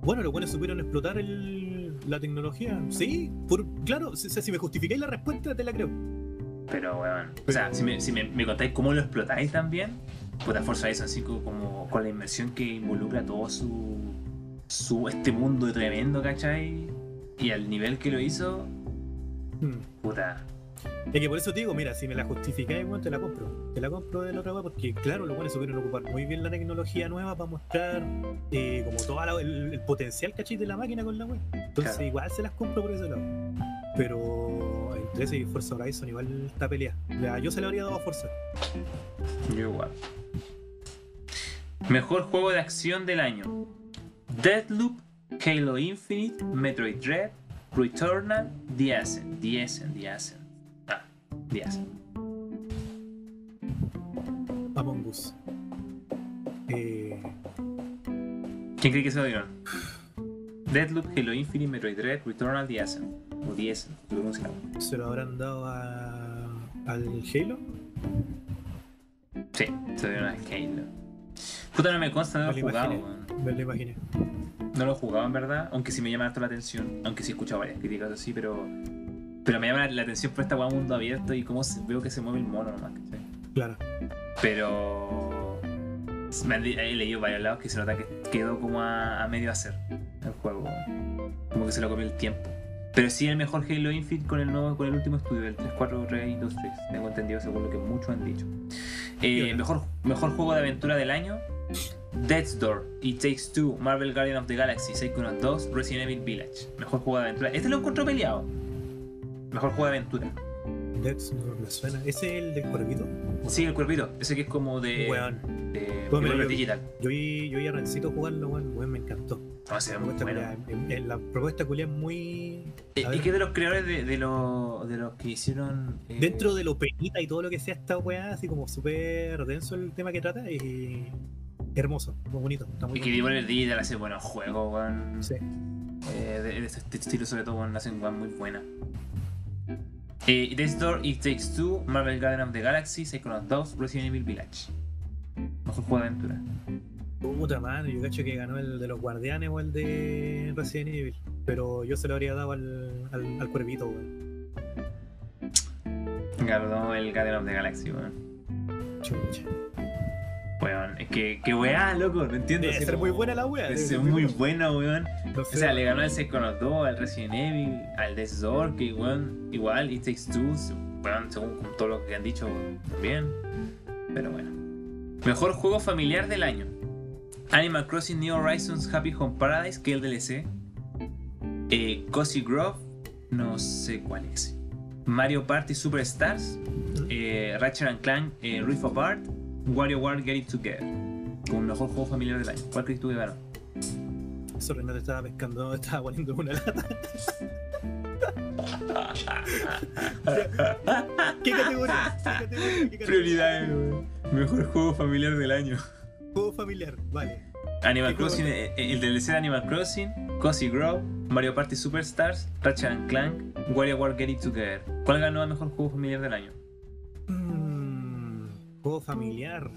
Bueno, los buenos supieron explotar el- la tecnología. Sí, por, claro, o sea, si me justificáis la respuesta, te la creo. Pero, weón. O sea, si me, si me, me contáis cómo lo explotáis también, puta Forza Horizon 5 como con la inversión que involucra todo su. su este mundo tremendo, ¿cachai? Y al nivel que lo hizo, Hmm. puta. Es que por eso te digo, mira, si me la justificáis, bueno, te la compro. Te la compro de la otra web porque, claro, los buenos supieron ocupar muy bien la tecnología nueva para mostrar eh, como todo el, el potencial cachis de la máquina con la web. Entonces, Claro. igual se las compro por ese lado. Pero entre ese y Forza Horizon, igual está pelea. La- Yo se la habría dado a Forza. Yo igual. Mejor juego de acción del año. Deathloop, Halo Infinite, Metroid Dread, Returnal, The Ascent, The Ascent, The Ascent. Ah, The Ascent. Among Us. Eh, ¿Quién cree que se lo dieron? Deathloop, Halo Infinite, Metroid Dread, Returnal, The Ascent. O The Ascent, lo pronunciamos. ¿Se lo habrán dado a, al Halo? Sí, se lo dieron a Halo. Puta, no me consta, no lo Me he lo jugado. imaginé. weón. Me lo imaginé. No lo he jugado en verdad, aunque sí me llama harto la atención, aunque sí he escuchado varias críticas así, pero. Pero me llama la, la atención por esta weá mundo abierto y cómo se- veo que se mueve el mono nomás, ¿cachai? Claro. Pero. Me han di- he leído varios lados que se nota que quedó como a, a medio hacer el juego. Como que se lo comió el tiempo. Pero sí el mejor Halo Infinite con el nuevo, con el último estudio, el 343 Industries, tengo entendido según lo que muchos han dicho. Eh, mejor, mejor juego de aventura del año. Death's Door, It Takes Two, Marvel Guardian of the Galaxy, Psychonauts 2, Resident Evil Village. Mejor juego de aventura. Este lo encontró peleado. Mejor juego de aventura. Death Note me suena. ¿Ese es el del cuervito? Sí, el cuerpito. Ese que es como de... Weón. de Bueno, Revolver yo- digital. Yo vi, yo vi a Rancito jugarlo, weón. Weón, me encantó. No, se ve La muy propuesta, Ah, bueno. culia- eh, eh, la propuesta culia es muy. Eh, A y ver. que es de los creadores de, de, lo- de los que hicieron. eh, Dentro de lo pequeñita y todo lo que sea esta weá, así como súper denso el tema que trata, y hermoso, muy bonito, está muy Y que bonito. Devolver Digital hace buenos juegos, weón. Sí. Eh, de, de este estilo, sobre todo, weón, hacen weón muy buena. Eh, Death Door, It Takes Two, Marvel Garden of the Galaxy, Psychonauts 2, Resident Evil Village. Mejor juego de aventura. Puta mano, yo cacho que ganó el de los guardianes o el de Resident Evil. Pero yo se lo habría dado al, al, al cuervito, weón. Ganó el Garden of the Galaxy, weón. Chucha. Weón, es que, que weá, loco, no entiendo. Debe así ser como- muy buena la weá. Debe debe ser muy bueno, weón. No O sé, sea, le ganó al Psychonauts 2, al Resident Evil, al Death Door, que igual, igual, It Takes Two, se- bueno, según con todo lo que han dicho también. Pero bueno. Mejor juego familiar del año. Animal Crossing New Horizons Happy Home Paradise, que es el DLC. Eh, Cozy Grove, no sé cuál es. Mario Party Superstars. Eh, Ratchet and Clank, eh, Rift Apart. WarioWare Get It Together. Como mejor juego familiar del año. ¿Cuál crees tú que ganó? Sorry, no te estaba pescando, te estaba poniendo una lata. ¿Qué categoría? ¿Qué categoría? ¿Qué categoría? Prioridades, weón. Mejor juego familiar del año. Juego familiar, vale. Animal ¿Qué Crossing, eh, eh, el DLC de Animal Crossing, Cozy Grove, Mario Party Superstars, Ratchet and Clank, WarioWare Get It Together. ¿Cuál ganó a mejor juego familiar del año? Mm, juego familiar.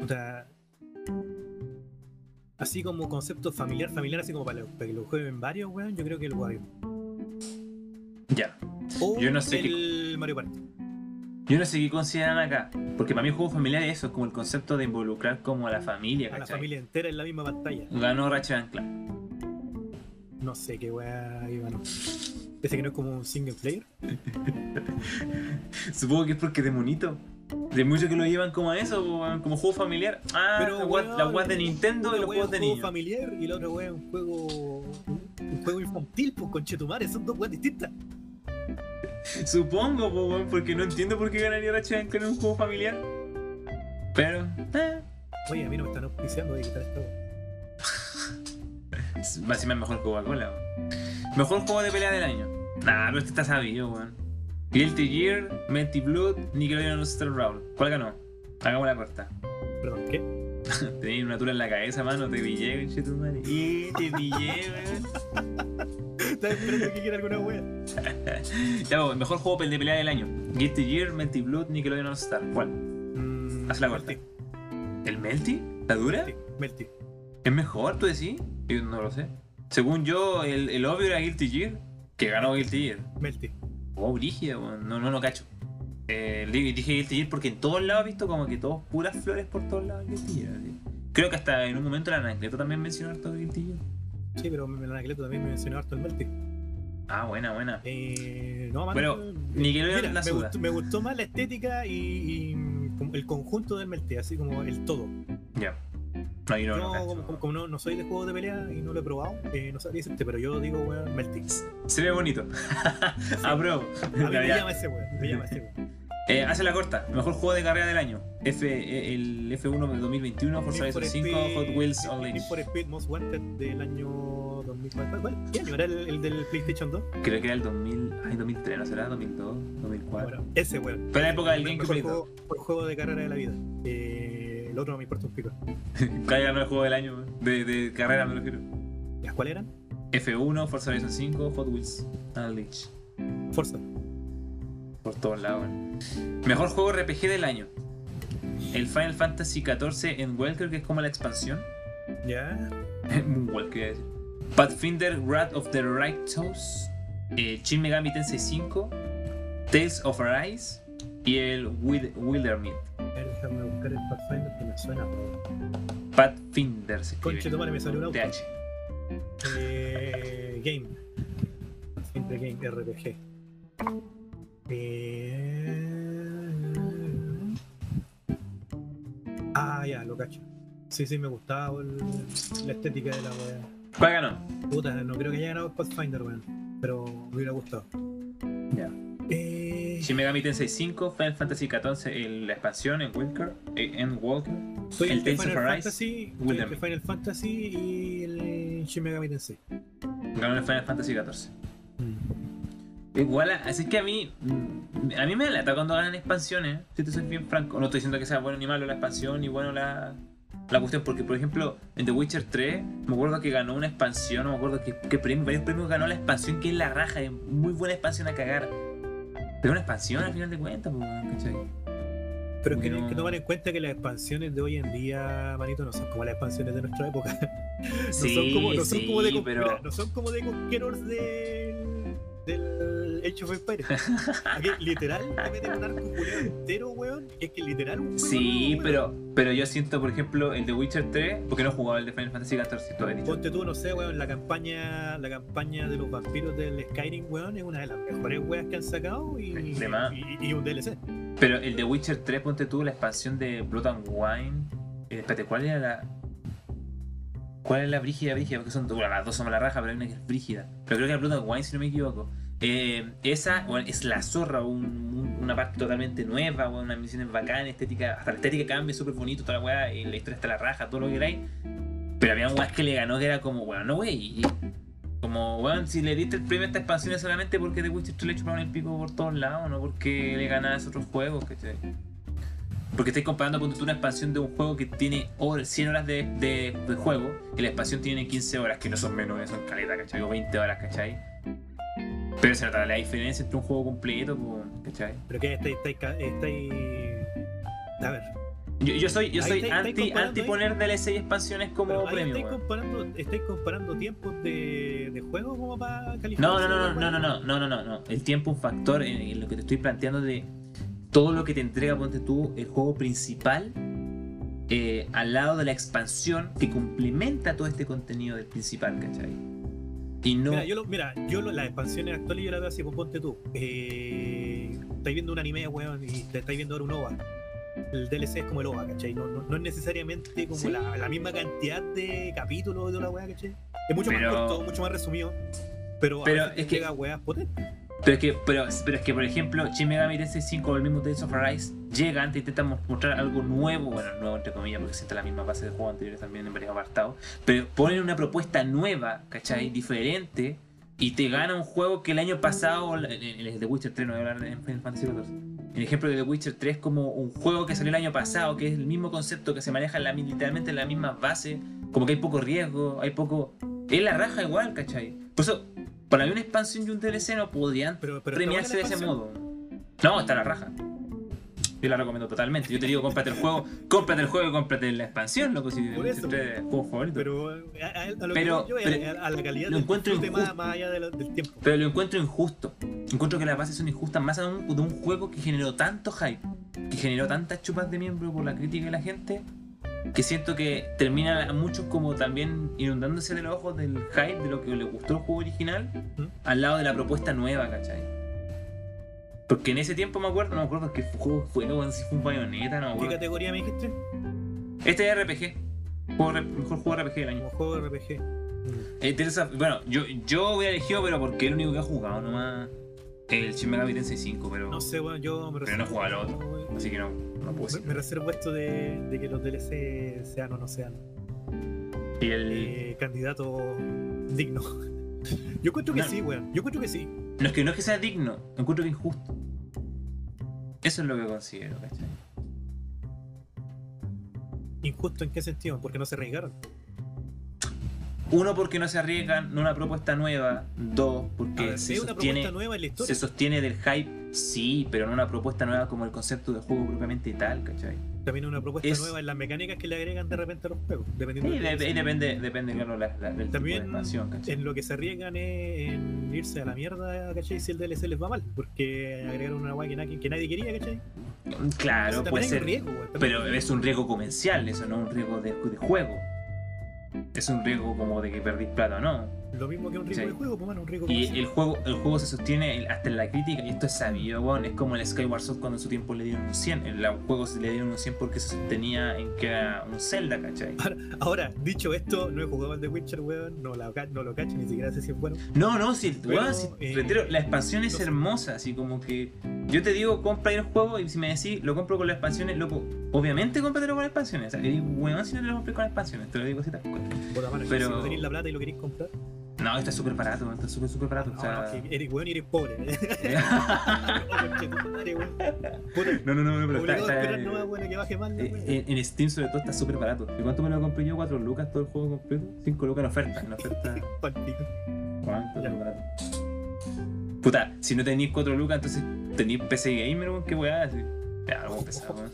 O sea. Así como concepto familiar, familiar, así como para, lo- para que lo jueguen varios, weón, yo creo que el Wario. Ya. O Yo no sé qué- el Mario Party. Yo no sé qué consideran acá, porque para mí juego familiar es eso, es como el concepto de involucrar como a la familia, A la ¿cachai? familia entera en la misma pantalla. Ganó Ratchet and Clank. No sé qué weá, Iván. Ese que no es como un single player. Supongo que es porque de monito. De muchos que lo llevan como a eso, weón, como juego familiar. Ah, la guas- la weón, guas de Nintendo una y los weá es juegos de un juego niños. familiar y la otra weá es un juego. Un juego infantil, pues conchetumare, son dos weas distintas. Supongo, po, weón, porque no entiendo por qué ganaría Ratchet and Clank en un juego familiar. Pero, eh, Oye, a mí no me están auspiciando, oye, ¿qué tal esta weá? va a ser mejor que Coca-Cola. weón. Mejor juego de pelea del año. Nah, pero este está sabido, weón. Guilty Gear, Menti Blood, Nickelodeon All-Star Round. ¿Cuál ganó? Hagamos la corta. Perdón, ¿qué? Tenía una tula en la cabeza, mano, te pillé, pinche tu madre. Y te pillé, weón. ¿Estás esperando que quiera alguna wea? Ya, weón, mejor juego de pelea del año. Guilty Gear, Menti Blood, Nickelodeon All-Star. ¿Cuál? Mm, Haz la corta. Melty, ¿El Melty? ¿La dura? Melty, Melty. ¿Es mejor, tú decís? Yo no lo sé. Según yo, el, el obvio era Guilty Gear, que ganó Guilty Gear. Melty. Oh, brígido, weón. no, no, no cacho. Eh, di- dije Guilty Gear porque en todos lados he visto como que todos puras flores por todos lados Guilty Gear. así. Creo que hasta en un momento la anécdota también mencionó harto Guilty Gear. Sí, pero el anacleto también me mencionó harto el Melty. Ah, buena, buena. Eh, no, mano, Bueno, eh, Nickelodeon mira, la me, suda. gustó, me gustó más la estética y, y, como el conjunto del Melty, así como el todo. Ya. No, yo no, no Yo, cacho. como, como- como no, no soy de juegos de pelea y no lo he probado, eh, no sabría decirte, pero yo digo, weón, Melty. Se ve bonito. ah, bro. A mí Ya, me ya. llama ese weón, me llama ese weón. Eh, hace la corta. Mejor juego de carrera del año. F, eh, el F1 de 2021, Forza Need for Horizon 5, Speed- Hot Wheels Need Unleashed. for Speed Most Wanted del año 2004. ¿Cuál? ¿Qué año era el, el del PlayStation 2? Creo que era el 2000, ay, 2003, ¿no será? 2002, 2004. Bueno, ese weón. Fue la época del Mejor GameCube Play juego, mejor juego de carrera de la vida. Eh, el otro no me importa un pico. 2. Cada ganó el juego del año, weón. de, de carrera me refiero. ¿Las cuáles eran? F1, Forza Horizon 5, Hot Wheels Unleashed. Forza. Por todos lados, weón. Mejor juego RPG del año. El Final Fantasy XIV en Welker, que es como la expansión. Ya. Moonwalker, iba a decir. Pathfinder Wrath of the Righteous, eh, Shin Megami Tensei 5, Tales of Arise y el With Wildermith. A ver, déjame buscar el Pathfinder que me suena. Pathfinder se escribe. Conche, tomar me salió un auto. TH. Eh, game. Simple game RPG. Eh, Ah, ya, lo cacho. Sí, sí, me gustaba el- la estética de la wea. ¿Cuál ganó? Puta, no creo que haya ganado Pathfinder, weón. Pero me hubiera gustado. Ya. Eh, Shin Megami Tensei 5, Final Fantasy XIV, el- la expansión en Walker, eh, en Walker. soy el el de Tales of Final Arise, Fantasy, soy el Wildermere. de Final Fantasy y el Shin Megami Tensei. Ganó el Final Fantasy XIV. Mm. Igual, a- así que a mí, mm, a mí me lata cuando ganan expansiones, si te soy bien franco. No estoy diciendo que sea bueno ni malo la expansión, y bueno la, la cuestión, porque por ejemplo, en The Witcher 3, me acuerdo que ganó una expansión, no me acuerdo que, que premio, varios premios ganó la expansión, que es la raja, es muy buena expansión a cagar. Pero una expansión al final de cuentas, pues, weón, ¿cachai? Pero es que, No. que toman en cuenta que las expansiones de hoy en día, manito, no son como las expansiones de nuestra época. No son como, no son como de sí, Con- pero. no son como de Conquerors del, del Age of Empires. Aquí, literal, te meten un arco culiao entero, weón. y es que literal un juego Sí, nuevo, weón. pero, pero yo siento, por ejemplo, el de Witcher 3, porque no he jugado el de Final Fantasy XIV, todavía he dicho. Ponte tú, no sé, weón, la campaña, la campaña de los vampiros del Skyrim, weón, es una de las mejores weas que han sacado y, De más. y- y un DLC. Pero el de Witcher 3, ponte tú, la expansión de Blood and Wine. Eh, espérate, ¿cuál era la. ¿Cuál es la brígida, brígida? Porque son bueno, las dos son la raja, pero hay una que es brígida. Pero creo que la Blood and Wine, si no me equivoco. Eh, esa bueno, es la zorra, un- un- una parte totalmente nueva, bueno, unas misiones bacanas, estética, hasta la estética cambia, súper bonito, toda la weá, y la historia está la raja, todo lo que queráis. Pero había un weá que le ganó que era como, bueno, no wey. y- Como, weón, si le diste el premio a esta expansión es solamente porque The Witcher 3 le chuparon el pico por todos lados, no porque le ganás otros juegos, ¿cachai? Porque estáis comparando con una expansión de un juego que tiene hor- 100 horas de, de- de juego y la expansión tiene 15 horas, que no son menos, eh, son caleta, ¿cachai? O 20 horas, ¿cachai? Pero se nota la diferencia entre un juego completo, po, ¿cachai? Pero que estáis, estáis, ca- estáis- a ver, Yo, yo soy, yo Ahí soy estáis- estáis anti, comparando anti ahí. poner DLC y expansiones como pero ahí premio, estáis weón. comparando, estáis comparando tiempos de, de juego como para calificar. No, no, no, no, no, no, no, no, no, no. El tiempo es un factor en, en lo que te estoy planteando de todo lo que te entrega, ponte tú, el juego principal eh, al lado de la expansión que complementa todo este contenido del principal, ¿cachai? Y no... Mira, yo, lo- mira, yo lo- las expansiones actuales yo las veo así, pues ponte tú. Eh, estáis viendo un anime, weón, y te estáis viendo ahora un OVA. El DLC es como el OVA, ¿cachai? No, no, no es necesariamente como Sí. la, la misma cantidad de capítulos de la weá, ¿cachai? Es mucho Pero- más corto, mucho más resumido. Pero, a Pero veces te es que- llega weas potentes. Pero es que, pero, pero es que por ejemplo, Shin Megami Tensei 5 o el mismo Tales of Arise llegan, te intentan mos- mostrar algo nuevo, bueno, nuevo entre comillas, porque siente la misma base de juego anteriores también en varios apartados, pero ponen una propuesta nueva, ¿cachai? Diferente, y te gana un juego que el año pasado, en el, el The Witcher 3, no voy a hablar en Final Fantasy XIV. El ejemplo de The Witcher 3 como un juego que salió el año pasado, que es el mismo concepto, que se maneja en la, mi- literalmente en la misma base, como que hay poco riesgo, hay poco... Es la raja igual, ¿cachai? Por eso, para mí una expansión y un DLC no podían Pero, pero premiarse de está buena la ese expansión. modo. No, está la raja. Yo la recomiendo totalmente. Yo te digo, cómprate el juego, cómprate el juego y cómprate la expansión, loco, si Por eso. te juego favorito. Pero, Pero eh, a, a- a lo Pero- que voy yo es pero a, a la calidad lo del encuentro disfrute más, injusto. más allá de la- del tiempo. lo encuentro injusto. Encuentro que las bases son injustas, más aún de un juego que generó tanto hype, que generó tantas chupas de miembro por la crítica de la gente, que siento que termina a muchos como también inundándose de los ojos del hype, de lo que le gustó el juego original, ¿Mm? al lado de la propuesta nueva, ¿cachai? Porque en ese tiempo me acuerdo, no me acuerdo qué juego fue, weón, si fue un bayoneta, no me ¿Qué acuerdo. categoría me dijiste? Este es RPG. Juego re- mejor juego RPG del año. Como juego RPG. Eh, Tales of- bueno, yo, yo hubiera elegido, pero porque es el único que ha jugado nomás. Eh, El Shin Megami Tensei 5, pero. No sé, bueno, yo me Pero no reservo- juega al otro. Así que no, no puedo Me, decir. me reservo esto de, de que los DLC sean o no sean Y el. eh, candidato digno. Yo encuentro que No. sí, weón. Yo encuentro que sí. No es que no es que sea digno, lo encuentro que injusto. Eso es lo que considero, ¿cachai? Injusto en qué sentido, porque no se arriesgaron. Uno, porque no se arriesgan, no una propuesta nueva. Dos, A porque ver, se es una sostiene. propuesta nueva en la historia. se sostiene del hype, sí, pero no una propuesta nueva como el concepto de juego propiamente tal, ¿cachai? También es una propuesta es- nueva en las mecánicas que le agregan de repente a los juegos, Y, dependiendo de lo que sea. depende, depende, claro, la, la- del tipo de También expansión, ¿cachai? En lo que se arriesgan es en irse a la mierda, ¿cachai? Si el DLC les va mal, porque agregaron una guay que, nadie- que nadie quería, ¿cachai? Claro, Entonces, también puede hay ser. un riesgo, weón, también hay Pero un es un riesgo comercial, eso no es un riesgo de, de juego. Es un riesgo como de que perdís plata o no. Lo mismo que un rico Sí. de juego, pues mano, un rico como Y siempre. el juego, el juego se sostiene el- hasta en la crítica, y esto es sabido, weón. Es como el Skyward Sword cuando en su tiempo le dieron un 100. El juego se le dieron un 100 porque se sostenía en que era un Zelda, ¿cachai? Ahora, dicho esto, no he jugado al The Witcher, weón. No, la, ca- no lo cacho, ni siquiera sé si es bueno. No, no, si, Pero, weón, si- eh, reitero, la expansión es no sé. hermosa, así como que yo te digo, compra el juego y si me decís, lo compro con las expansiones, loco, obviamente cómpratelo con las expansiones, o sea, eres weón si no te lo compré con las expansiones, te lo digo así tal cual. Puta, mano, Pero- Si no tenéis la plata y lo queréis comprar, No, está súper barato, está súper, súper barato, no, o sea... no, que eres weón y eres pobre. No, porque tu madre, weón. Puta, No, no, no, no, pero está... obligado a está- esperar nueva, weón, que baje más, no, weón. eh, En, en Steam sobre todo está súper barato. ¿Y cuánto me lo compré yo? ¿4 lucas todo el juego completo? 5 lucas en oferta. En oferta. Pa'l pico. ¿Cuánto? Ya. barato. Puta, si no tenéis 4 lucas, entonces tenéis PC gamer, weón, qué weá. así. Ya, algo pesado, weón.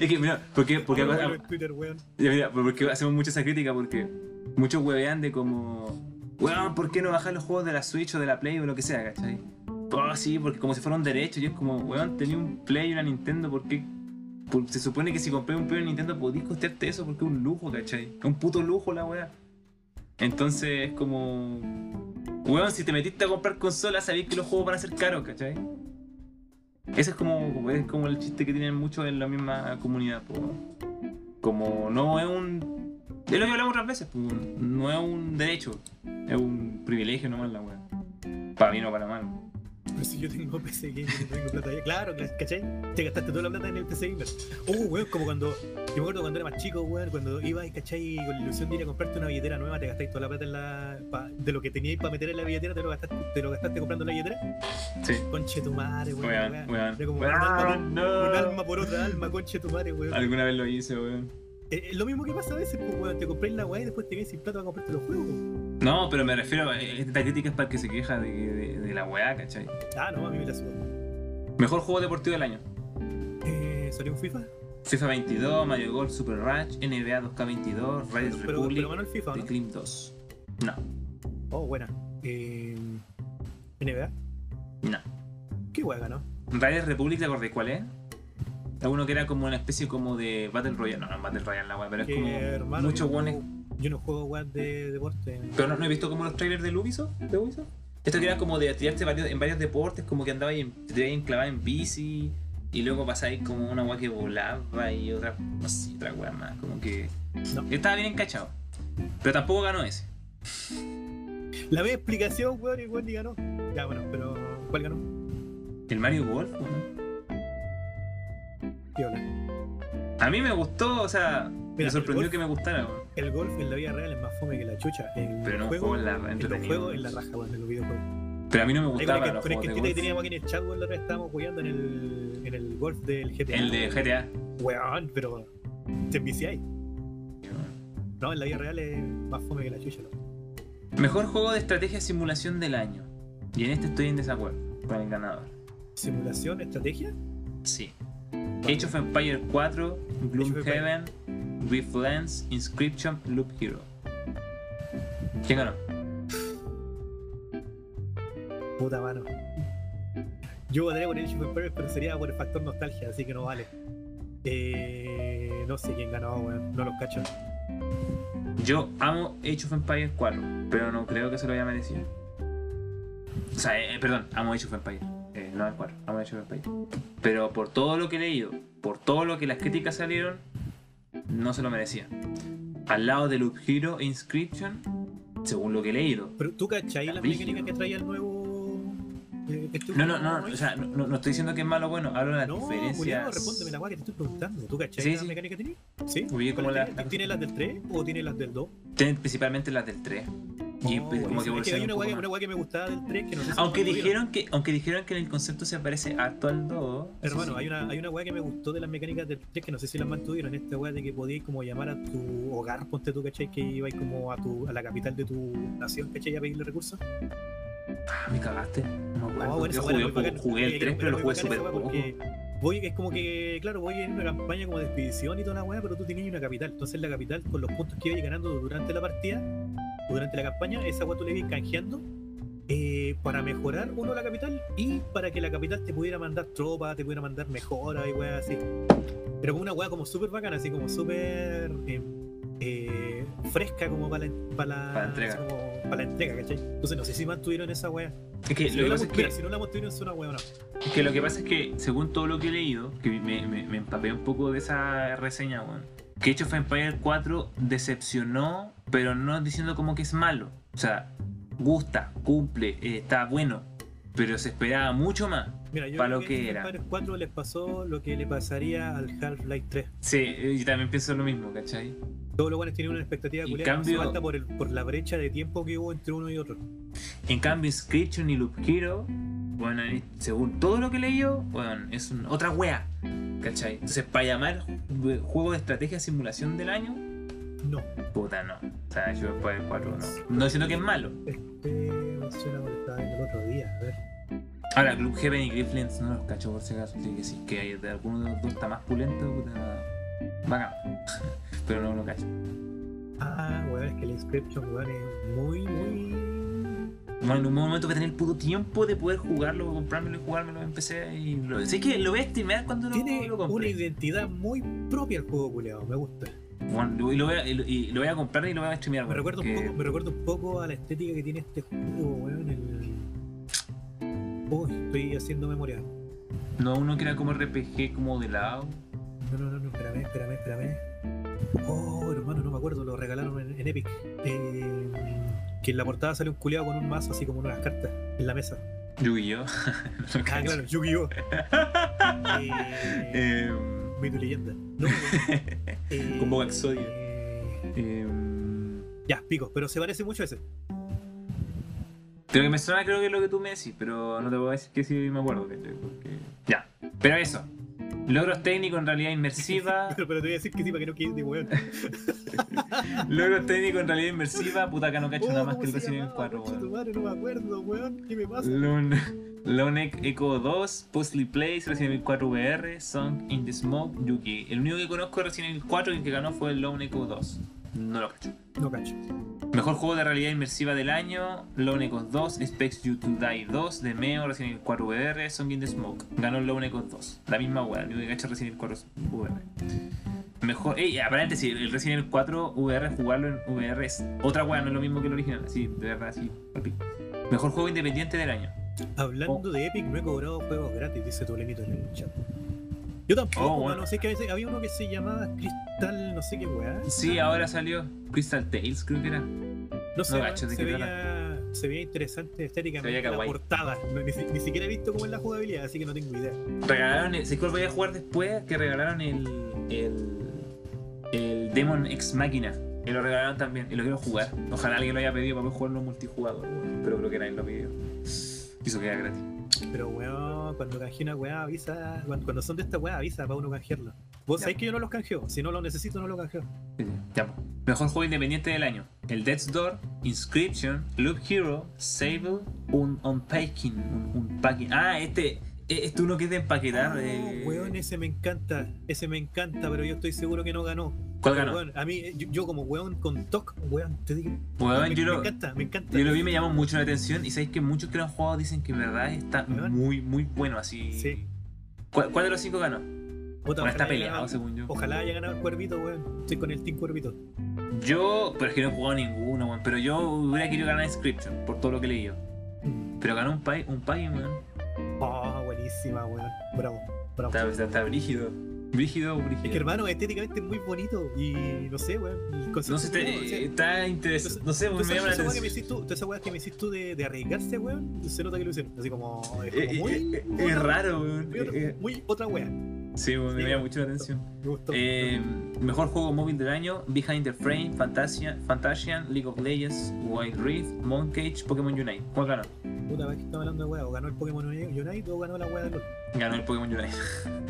Es que, mira, porque, porque, Ahora, acá- weón, en Twitter, weón. ya, mira, porque hacemos mucha esa crítica, porque muchos webean de como, weón, ¿por qué no bajar los juegos de la Switch o de la Play o lo que sea, cachai? Oh, sí, porque como si fuera un derecho, yo es como, weón, tenía un Play y una Nintendo, ¿por qué? Por- se supone que si compré un Play y una Nintendo podís costearte eso porque es un lujo, cachai. Es un puto lujo la weá. Entonces es como, weón, si te metiste a comprar consolas, sabéis que los juegos van a ser caros, cachai. Ese es como, es como el chiste que tienen muchos en la misma comunidad, po, weón como no es un. Es lo que hablamos otras veces, pues, no es un derecho, es un privilegio nomás la weá. Para bien o para mal. Pero si yo tengo PC Gamer y no tengo plata ya. Claro, cla- ¿cachai? Te gastaste toda la plata en el PC Gamer. Oh, weón, como cuando. Yo me acuerdo cuando era más chico, weón, cuando ibas, ¿cachai? Con la ilusión de ir a comprarte una billetera nueva, te gastáis toda la plata en la. pa- de lo que teníais para meter en la billetera, te lo gastaste, te lo gastaste comprando en la billetera. Sí, Conche tu madre, weón. la weá. weón, weón. Era como un alma, Weón, por, un no. alma por otra alma, conche tu madre, weón. Alguna vez lo hice, weón. Es, es lo mismo que pasa a veces, pues, weón. Te compráis la weá y después te quedas sin plata para comprarte los juegos. weón. No, pero me refiero, eh, esta crítica es para el que se queja de, de- de la weá, ¿cachai? Ah, no, a mí me la subo. Mejor juego deportivo del año. Eh, ¿Salió un FIFA? FIFA 22, Mario Golf, Super Rush, NBA 2K22, Red Pero, pero Republic, ganó el FIFA, The ¿no? Climb 2. No, Oh, buena. Eh, NBA. no. ¿Qué hueá ganó? Riders Republic, ¿te acordás cuál es? Es uno que era como una especie como de Battle Royale. No, no es Battle Royale la weá, pero es Que, como hermano, muchos yo no- guanes. Yo no juego weas de deporte. Pero no, no he visto como los trailers de Ubisoft, de Ubisoft. Esto que era como de tirarse varios- en varios deportes, como que andaba y te tenías enclavada en bici. Y luego pasáis como una weá que volaba y otra, no sé, otra weá más. Como que. No. Estaba bien encachado. Pero tampoco ganó ese. La media explicación, weón, y weón ni ganó. Ya, bueno, pero ¿cuál ganó? El Mario Golf, ¿no? Piola. A mí me gustó, o sea, Mira, me sorprendió el que me gustara, weón. El golf en la vida real es más fome que la chucha. El Pero en un juego juego es la- en los entretenido. juegos es la raja, weón, en los videojuegos. Pero a mí no me Ahí con el gustaba que- los con el juegos que de que golf. teníamos aquí en el chat, weón, la otra vez estábamos jugando en el, en el golf del GTA. El de GTA. Weón, pero te enviciáis. No, en la vida real es más fome que la chucha, loco. Mejor juego de estrategia simulación del año. Y en este estoy en desacuerdo con el ganador. Simulación, estrategia. Sí. Age of Empire 4, Gloomhaven, Riftlands, Inscription, Loop Hero. ¿Quién ganó? Puta mano. Yo votaría por Age of Empires, pero sería por el factor nostalgia, así que no vale. Eh, no sé quién ganó, weón. No los cacho. Yo amo Age of Empire 4, pero no creo que se lo haya merecido. O sea, eh, eh, perdón, amo Age of Empire. Eh, no el 4, amo Age of Empire. Pero por todo lo que he leído, por todo lo que las críticas salieron, no se lo merecía. Al lado de Loop Hero e Inscription, según lo que he leído, Pero tú cachai las Brígido. mecánicas que traía el nuevo. eh, este- No, no, no, o sea, no, no- no estoy diciendo que es malo o bueno, hablo de las No, Julián, diferencias. respóndeme la weá que te estoy preguntando. ¿Tú cachai Sí, las sí. mecánicas que tenés? Sí. Oye, como ¿Cuáles la- tenés? ¿Tienes las del 3 o tienes las del 2? Tienen principalmente las del 3. Y Oh, pues, como que buenísimo. Es hay evolucionan una un weá que- poco una weá que me gustaba del 3 que no sé si más. Aunque la incluyeron. dijeron que, aunque dijeron que en el concepto se parece harto al 2. eso Hermano, sí. hay una, hay una weá que me gustó de las mecánicas del 3 que no sé si las mantuvieron, esta weá de que podías como llamar a tu hogar, ponte tú, ¿cachai? Que ibais como a tu, a la capital de tu nación, ¿cachai? A pedirle recursos. Ah, me cagaste. No No, me acuerdo. Ah, bueno, eh, Yo esa weá jugué, era muy bacana. jugué el Era- 3, era pero lo muy jugué bacana súper esa weá poco. porque Voy, es como que, claro, voy en una campaña como de expedición y toda la weá, pero tú tenías una capital. Entonces la capital, con los puntos que ibas ganando durante la partida, o durante la campaña, esa weá tú le ibas canjeando eh, para mejorar uno la capital y para que la capital te pudiera mandar tropas, te pudiera mandar mejoras y weá así. Pero como una weá como súper bacana, así como súper eh, eh, fresca como para la, para la, Para la entrega. así como para la entrega, ¿cachai? Entonces no sé si mantuvieron esa wea. Es que Si, no lo que la, pasa es mant- que mira, si no la mantuvieron es una wea, no. Es que lo que pasa es que, según todo lo que he leído, que me, me- me empapé un poco de esa reseña, weón. Que Age of Empires 4 decepcionó, pero no diciendo como que es malo. O sea, gusta, cumple, eh, está bueno, pero se esperaba mucho más. Mira, yo Para creo lo que a era. Empires 4 les pasó lo que le pasaría al Half-Life 3. Sí, eh, yo también pienso lo mismo, ¿cachai? Todos los buenos tienen una expectativa Y culiada cambio- alta por, el, por la brecha de tiempo que hubo entre uno y otro. En cambio, Inscription y Loop Hero, bueno, y según todo lo que he leído, bueno, es un- otra wea, ¿cachai? Entonces, para llamar ju- juego de estrategia simulación del año, No. Puta, no. O sea, yo después del 4 no. No siento que es malo. Este menciona lo que estaba viendo el otro día. A ver. Ahora, Club Heaven y Grifflins no los cacho por si acaso. Así que si que hay de alguno de los dos está más pulento, puta. Bacán. Pero no lo cacho. Ah, weón, es que el inscription, weón, es muy, muy. Bueno, en un momento que tenía el puto tiempo de poder jugarlo, comprármelo y jugármelo en PC. Y lo... Sí, que lo voy a streamear cuando lo, Tiene lo una compre. identidad muy propia el juego culeado, me gusta. Bueno, lo- y, lo voy a, y lo- y lo voy a comprar y lo voy a streamear. Me recuerda un Ah, porque- poco, me recuerda un poco a la estética que tiene este juego, weón, el. Uy, estoy haciendo memoria. No, uno que era como RPG, como de lado. No, no, no, no, espérame, espérame, espérame. Oh, hermano, no me acuerdo, lo regalaron en, en Epic. Eh, que en la portada sale un culeado con un mazo así como unas cartas en la mesa. Yu-Gi-Oh! No lo Ah, cacho. claro, Yu-Gi-Oh! eh, Em, Mito y leyenda. No, weón. Eh, Con Boba Exodia. eh, em, Ya, pico, pero se parece mucho a ese. Pero que me suena creo que es lo que tú me decís, pero no te puedo decir que sí me acuerdo. ¿cachai? Porque- Ya. Pero eso. Logros técnicos en realidad inmersiva. Pero, pero te voy a decir que sí, para que no quede de weón. Logros técnicos en realidad inmersiva. Puta, acá no cacho nada Oh, más ¿cómo que el se Resident Evil llamaba, 4, concha tu weón. madre, No me acuerdo, weón. ¿Qué me pasa? Lone Lonek Echo 2, Puzzle Place, Resident Evil 4 VR, Song in the Smoke, Yuki. El único que conozco de Resident Evil 4 y el que ganó fue el Lone Echo 2. No lo cacho. No cacho. Mejor juego de realidad inmersiva del año, Lone Echo 2, Specs You to Die 2, Demeo, Resident Evil 4 VR, Song in the Smoke. Ganó Lone Echo 2. La misma hueá, el único que cacho es Resident Evil 4 VR. Mejor, ey, aparente, sí, el Resident Evil 4 VR, jugarlo en VR es otra hueá, no es lo mismo que el original. Sí, de verdad, sí, papi. Mejor juego independiente del año. Hablando de Epic, no he cobrado juegos gratis, dice tu lemito en el chat. Yo tampoco, Oh, bueno. no sé que a veces había uno que se llamaba Crystal, no sé qué weá. Sí, ahora salió Crystal Tales, creo que era. No sé, no weón, cacho de se, qué veía, se veía interesante estéticamente veía la kawaii. portada. No, ni, si- ni siquiera he visto cómo es la jugabilidad, así que no tengo idea. Regalaron, el- ¿sabes cuál voy a jugar después? Que regalaron el, el, el Demon Ex Máquina. Y lo regalaron también, y lo quiero jugar. Ojalá alguien lo haya pedido para poder jugarlo multijugador, weón. pero creo que nadie lo pidió. Y eso queda gratis. Pero weón, cuando canjea una weá, avisa. Cuando, cuando son de esta weá, avisa para uno canjearlo. Vos Ya. sabés que yo no los canjeo, si no los necesito, no los canjeo. Sí, sí. Ya, po. Mejor juego independiente del año: El Death's Door, Inscription, Loop Hero, Sable, un Unpacking. Un, un packing. Ah, este, este es uno que es de empaquetar. Oh, eh, weón, ese me encanta, ese me encanta, pero yo estoy seguro que no ganó. ¿Cuál ganó? Weón, a mí, eh, yo, yo como weón con TOC, weón, te digo. Weón, me, yo me lo- encanta, me encanta. Yo lo vi, me llamó mucho la atención y sabéis que muchos que lo han jugado dicen que en verdad está Weón. muy, muy bueno así. Sí. ¿Cuál, cuál de los cinco ganó? Puta, ojalá Bueno, está haya peleado, ganado- según yo. Ojalá haya ganado el cuervito, weón. Estoy con el team cuervito. Yo, pero es que no he jugado ninguno, weón. Pero yo hubiera querido ganar Inscription, por todo lo que he leído. Pero ganó un pay, un pay, weón. Mm. Oh, buenísima, weón. Bravo, bravo. Está, está, está brígido. Brígido, brígido. Es que hermano, estéticamente es muy bonito y no sé, weón. el concepto no sé, es nuevo, o sea, te- está interesante. No sé, Tú me sabes, llama esa la weá que me atención. hiciste tú, toda esa weá que me hiciste tú de, de arriesgarse, weón, se nota que lo hicieron. Así como, es Eh, como muy. eh, eh, otra- Es raro, weón. muy Eh, otra- eh, Muy otra weá. Sí, weón, Sí, me llama weón. mucho la atención. Me gustó. Eh, mejor juego móvil del año: Behind the Frame, Fantasia, Fantasian, League of Legends, Wild Rift, Monkage, Pokémon Unite. ¿Cuál ganó? Puta, ¿para qué estamos hablando de weá? O ganó el Pokémon Unite o ganó la weá de LOL. Ganó el Pokémon Unite.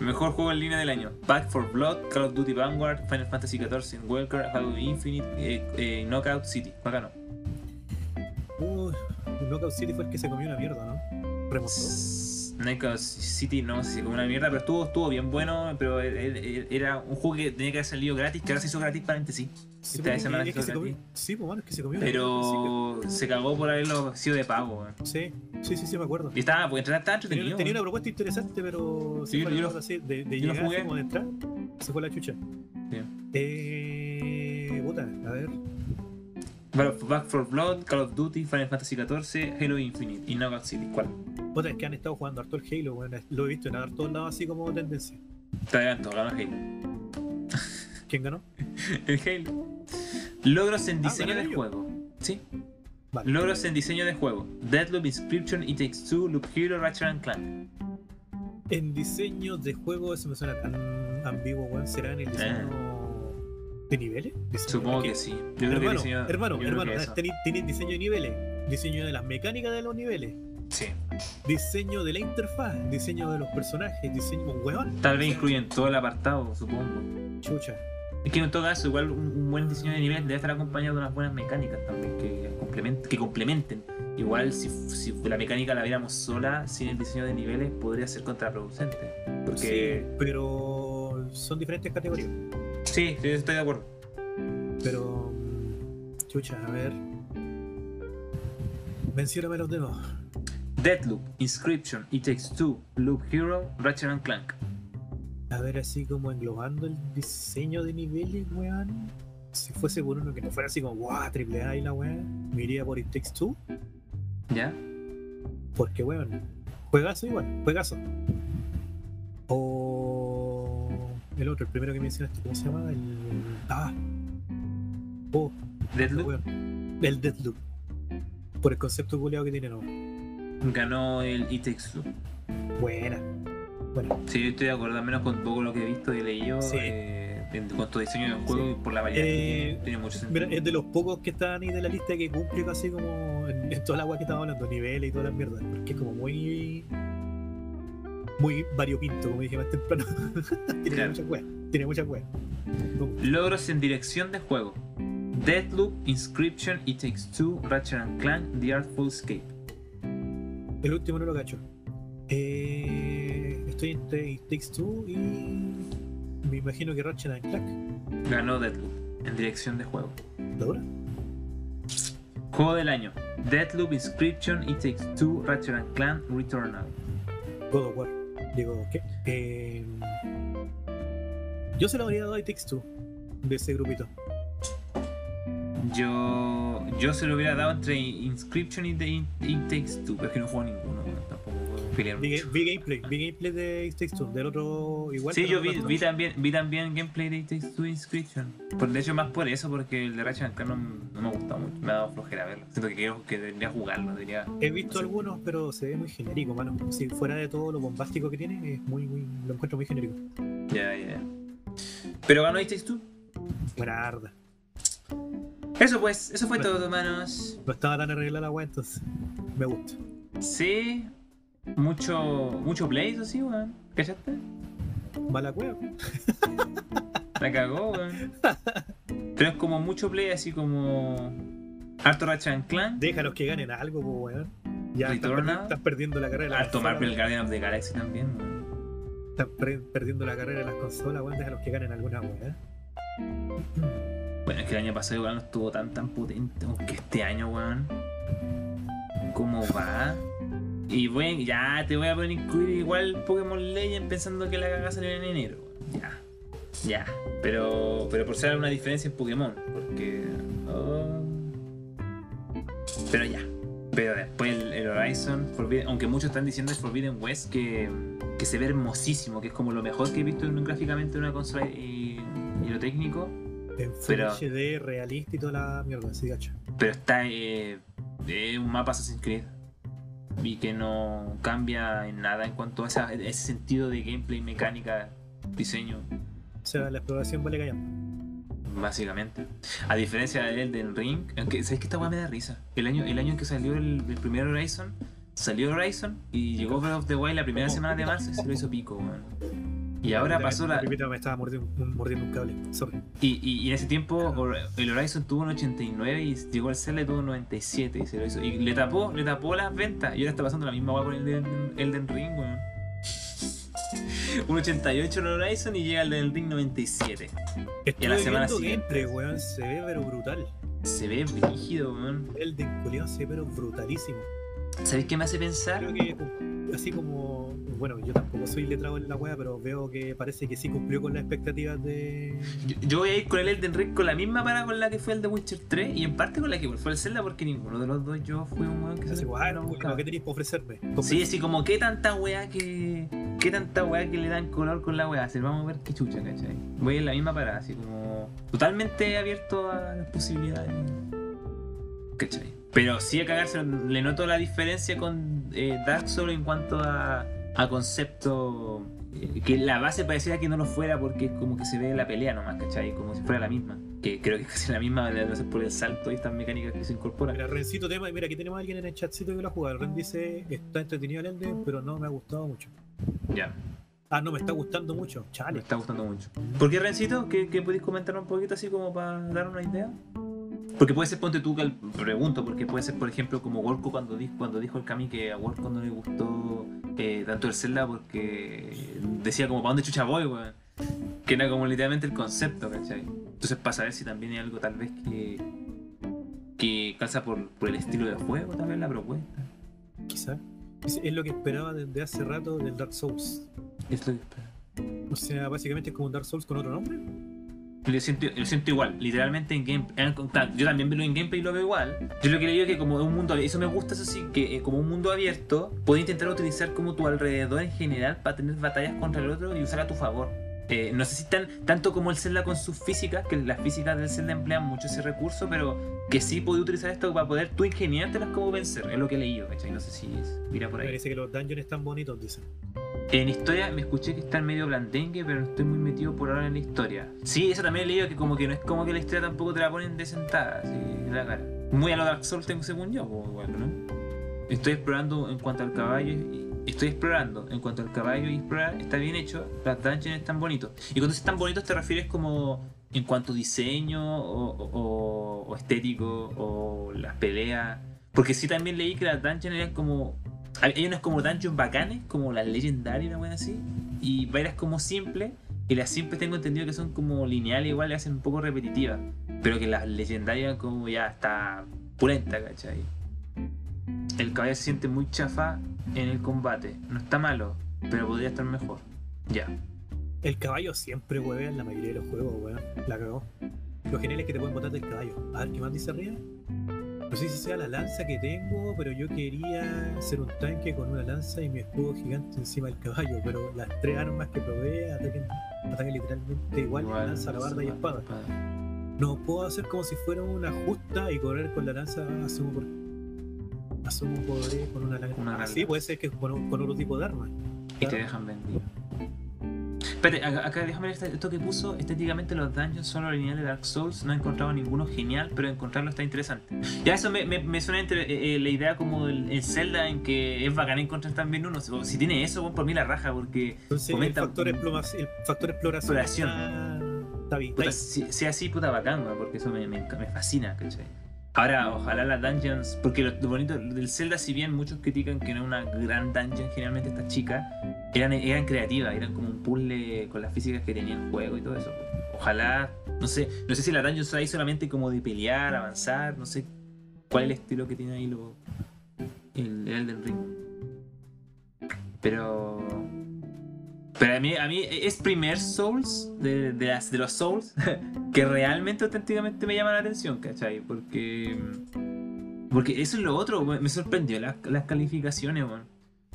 Mejor juego en línea del año: Back for Blood, Call of Duty Vanguard, Final Fantasy XIV, Walker, Halo Infinite, eh, eh, Knockout City. ¿Cuál ganó? Uh, Knockout City fue el que se comió una mierda, ¿no? Remontó. Knockout City no sé como una mierda, pero estuvo, estuvo bien bueno. Pero e- e- era un juego que tenía que haber salido gratis, que ahora se hizo gratis, paréntesis. Sí, Esta porque vez se me la es que hizo se comió- gratis. Sí, pues, mano, es que se comió una mierda Pero se cagó por haberlo sido de pago. weón. al principio. Sí, sí, sí, sí, me acuerdo. Y estaba, porque estaba Tenía, entretenido. tenía weón. una propuesta interesante, pero Sí, sí, fue yo la lo- cosa así, de, de yo lo llegar así jugué. como de entrar, se fue la chucha. Sí. Eh, A ver. Back for Blood, Call of Duty, Final Fantasy XIV, Halo Infinite y Knockout City. ¿Cuál? Puta, es que han estado jugando harto el Halo, weón. Lo he visto en hartos lados así como tendencia. Te adelanto, ganó Halo. ¿Quién ganó? El Halo. Logros en Ah, diseño gané de yo. juego. Sí. Vale. Logros en diseño de juego. Deadloop, Inscription, It Takes Two, Loop Hero, Ratchet and Clank. En diseño de juego, eso me suena tan ambiguo, weón. ¿Será en el diseño de niveles? ¿Diseño Supongo de que qué? sí. Yo creo que Hermano, diseño, hermano, yo creo hermano, que eso. teni- tenéis diseño de niveles, diseño de las mecánicas de los niveles, Sí. diseño de la interfaz, diseño de los personajes, diseño. Weón, Tal vez incluyen todo el apartado, supongo. chucha. Es que en todo caso, igual un, un buen diseño de niveles debe estar acompañado de unas buenas mecánicas también que, complement- que complementen. Igual si, si la mecánica la viéramos sola, sin el diseño de niveles, podría ser contraproducente. Porque... Sí, pero son diferentes categorías. Sí, sí, estoy de acuerdo. Pero. mm, Chucha, a ver. Mencióname los demás. Deadloop, Inscription, It Takes Two, Loop Hero, Ratchet and Clank. A ver, así como englobando el diseño de niveles, weón. Si fuese por uno que no fuera así como, guau, triple A y la weón, me iría por It Takes Two. ¿Ya? Porque, weón, juegazo igual, juegazo. O el otro, el primero que mencionaste, ¿cómo se llama? El. Ah, oh, Deadloop weón. El Deathloop. Por el concepto culeado que tiene, no. ganó el It Takes Two. Buena. Bueno, Sí, yo estoy de acuerdo, al menos con todo lo que he visto y leído Sí. eh, en cuanto a diseño del juego y por la variedad que Eh, tiene, tiene mucho mira, sentido. es de los pocos que están ahí de la lista que cumple casi como en, en toda la agua que estaba hablando, niveles y todas las mierdas. Porque es como muy. Muy variopinto, como dije más temprano. tiene Claro. muchas weas. Tiene muchas weas. Logros en dirección de juego. Deadloop, Inscription, It Takes Two, Ratchet and Clank, The Artful Escape. El último no lo cacho. Eh, estoy entre It Takes Two y. Me imagino que Ratchet and Clank. Ganó Deadloop en dirección de juego. ¿La dura? Juego del año. Deadloop, Inscription, It Takes Two, Ratchet and Clank, Returnal. God of War. Digo, ¿qué? Eh, yo se lo habría dado a It Takes Two de ese grupito. Yo, yo se lo hubiera dado entre Inscription y The It Takes Two, pero es que no juego ninguno, bueno, tampoco puedo pelear Vi, mucho. vi gameplay, vi gameplay de It Takes Two, del otro igual. Sí, pero yo no vi, tanto. vi también vi también gameplay de It Takes Two Inscription. Por, de hecho, más por eso, porque el de Ratchet and Clank no, no me ha gustado mucho, me ha dado flojera verlo. Siento que, quiero, que debería jugarlo, debería... He visto algunos, pero se ve muy genérico, mano. Si fuera de todo lo bombástico que tiene, es muy, muy, lo encuentro muy genérico. Ya, ya, ya. Pero ganó It Takes Two. Buena arda. Eso pues, eso fue Bueno. todo, manos. No estaba tan arreglada la weá, entonces me gusta. Sí, mucho, mucho play, eso sí, weón. ¿Cachaste? Mala cueva. La cagó, weón. Pero es como mucho play, así como. Harto Ratchet and Clank. Déjalos que ganen algo, po, weón. Ya estás, Returnal. perdi- estás perdiendo la carrera de las Harto Marvel consolas. Guardian of the Galaxy también, weón. Estás pre- perdiendo la carrera de las consolas, weón. Déjalos que ganen alguna weá. Bueno, es que el año pasado igual no estuvo tan tan potente, aunque este año, weón. ¿Cómo va? Y bueno, ya te voy a poner a incluir igual Pokémon Legend pensando que la cagada salió en enero. weón. Ya. Ya. Pero. Pero por ser una diferencia en Pokémon. Porque. oh. Pero ya. Pero después el, el Horizon, Forbidden- aunque muchos están diciendo el Forbidden West que, que se ve hermosísimo, que es como lo mejor que he visto en- gráficamente en una consola y, y lo técnico. En Full Pero- HD, realista y toda la mierda, sí, gacho. Pero está eh, eh, un mapa Assassin's Creed. Y que no cambia en nada en cuanto a esa- ese sentido de gameplay, mecánica, diseño, O sea, la exploración vale callar. básicamente. A diferencia de Elden Ring, aunque sabes que esta weá me da risa. El año, el año en que salió el, el primer Horizon, salió Horizon y llegó Breath of the Wild la primera semana de marzo y se lo hizo pico, weón. Y ahora pasó la. Repito, me estaba mordiendo un, mordiendo un cable. Sorry. Y, y- y en ese tiempo Hor- el Horizon tuvo un 89 y llegó el Zelda y tuvo un 97 y se lo hizo. Y le tapó, le tapó las ventas. Y ahora está pasando la misma guay con el Elden, Elden Ring, weón. Un 88 el Horizon y llega el Elden Ring 97. Estuve semana viendo siguiente. gameplay, weón. Se ve pero brutal. Se ve brígido, weón. El de culiao se ve pero brutalísimo. ¿Sabéis qué me hace pensar? Creo que uh, así como. Bueno, yo tampoco soy letrado en la wea, pero veo que parece que sí cumplió con las expectativas de. Yo, yo voy a ir con el Elden Ring con la misma para con la que fue el de Witcher 3 y en parte con la que igual fue el Zelda porque ninguno de los dos yo fui un weón que se Así, sentara guau, a Pues no, buscar. ¿qué tenéis para ofrecerme? Sí, así como qué tanta weá que. qué tanta weá que le dan color con la weá. Así, vamos a ver qué chucha, ¿cachai? Voy en la misma parada, así como. Totalmente abierto a las posibilidades. ¿Cachai? Pero sí a cagarse, le noto la diferencia con eh, Dark Souls en cuanto a, a concepto. eh, Que la base parecía que no lo fuera porque es como que se ve la pelea nomás, ¿cachai? Como si fuera la misma. Que creo que es casi la misma, gracias por el salto y estas mecánicas que se incorporan. Mira, Rencito tema, mira, aquí tenemos a alguien en el chatcito que lo ha jugado. Ren dice, está entretenido el Elden, pero no me ha gustado mucho. Ya. Ah, no, me está gustando mucho. Me Chale. está gustando mucho. ¿Por qué, Rencito? ¿Qué, qué podéis comentar un poquito así como para dar una idea? Porque puede ser, ponte tú, que el- pregunto, porque puede ser, por ejemplo, como Gorko cuando, di- cuando dijo el Cami que a Gorko no le gustó eh, tanto el Zelda porque decía como, ¿para dónde chucha voy, weón? Que era como literalmente el concepto, ¿cachai? Entonces, para saber si también hay algo tal vez que, que calza por, por el estilo del juego, tal vez la propuesta. Quizá. Es, es lo que esperaba desde hace rato del Dark Souls. Es lo que espero. O sea, básicamente es como un Dark Souls con otro nombre. Lo siento, lo siento igual, literalmente en game en- claro, Yo también veo en gameplay y lo veo igual. Yo lo que le digo es que como es un mundo abierto, eso me gusta, eso sí, que eh, como un mundo abierto, puedes intentar utilizar como tu alrededor en general para tener batallas contra el otro y usar a tu favor. Eh, no sé si tan, tanto como el Zelda con sus físicas, que las físicas del Zelda emplean mucho ese recurso, pero que sí puedes utilizar esto para poder tú ingeniártelas como vencer, es lo que he leído, ¿cachai? No sé si es- mira por ahí. Parece que los dungeons están bonitos, dicen. En historia me escuché que está en medio blandengue, pero no estoy muy metido por ahora en la historia. Sí, eso también he leído que como que no es como que la historia tampoco te la ponen de sentada, así, en la cara. Muy a lo Dark Souls tengo según yo, pues, igual, ¿no? Estoy explorando en cuanto al caballo y- Estoy explorando. En cuanto al caballo y explorar, está bien hecho. Las dungeons están bonitos. Y cuando dices tan bonitos te refieres como en cuanto a diseño o, o- o estético o las peleas. Porque sí también leí que las dungeons eran como hay hay unas como dungeons bacanes, como las legendarias, una buena así, y varias como simples, y las simples tengo entendido que son como lineales, igual le hacen un poco repetitivas, pero que las legendarias como ya está pulenta, ¿cachai? El caballo se siente muy chafa en el combate, no está malo, pero podría estar mejor. Ya. El caballo siempre huevea en la mayoría de los juegos, weón. La cagó. Lo genial es que te pueden botar del caballo. A ver, ¿qué más dice arriba? No sé si sea la lanza que tengo, pero yo quería ser un tanque con una lanza y mi escudo gigante encima del caballo. Pero las tres armas que probé ataquen, atacan literalmente igual, lanza, la barda y espada. No puedo hacer como si fuera una justa y correr con la lanza, asumo por. Asumo podré con una lanza. Una Así lanza. puede ser que con, un- con otro tipo de arma. Y te dejan vendido. Espérate, acá, acá déjame ver esta- esto que puso. Estéticamente los dungeons son los lineales de Dark Souls. No he encontrado ninguno genial, pero encontrarlo está interesante. Ya eso me, me- me suena entre, eh, eh, la idea como el, el Zelda en que es bacán encontrar también uno. Si- Si tiene eso, bueno, por mí la raja, porque Entonces Comenta- el, factor exploma- el factor exploración, Exploración. está- está bien. puta, si, sea así, puta bacán, güey, porque eso me, me enca- me fascina, ¿cachai? Ahora, ojalá las dungeons, porque lo, lo bonito del Zelda, si bien muchos critican que no es una gran dungeon, generalmente estas chicas eran, eran creativas, eran como un puzzle con las físicas que tenía el juego y todo eso. Ojalá, no sé, no sé si la dungeon será ahí solamente como de pelear, avanzar, no sé cuál es el estilo que tiene ahí lo, el, el Elden Ring. Pero. Pero a mí, a mí es primer Souls de, de las, de los Souls que realmente auténticamente me llama la atención, ¿cachai? Porque. Porque eso es lo otro, weón. me sorprendió las, las calificaciones, weón.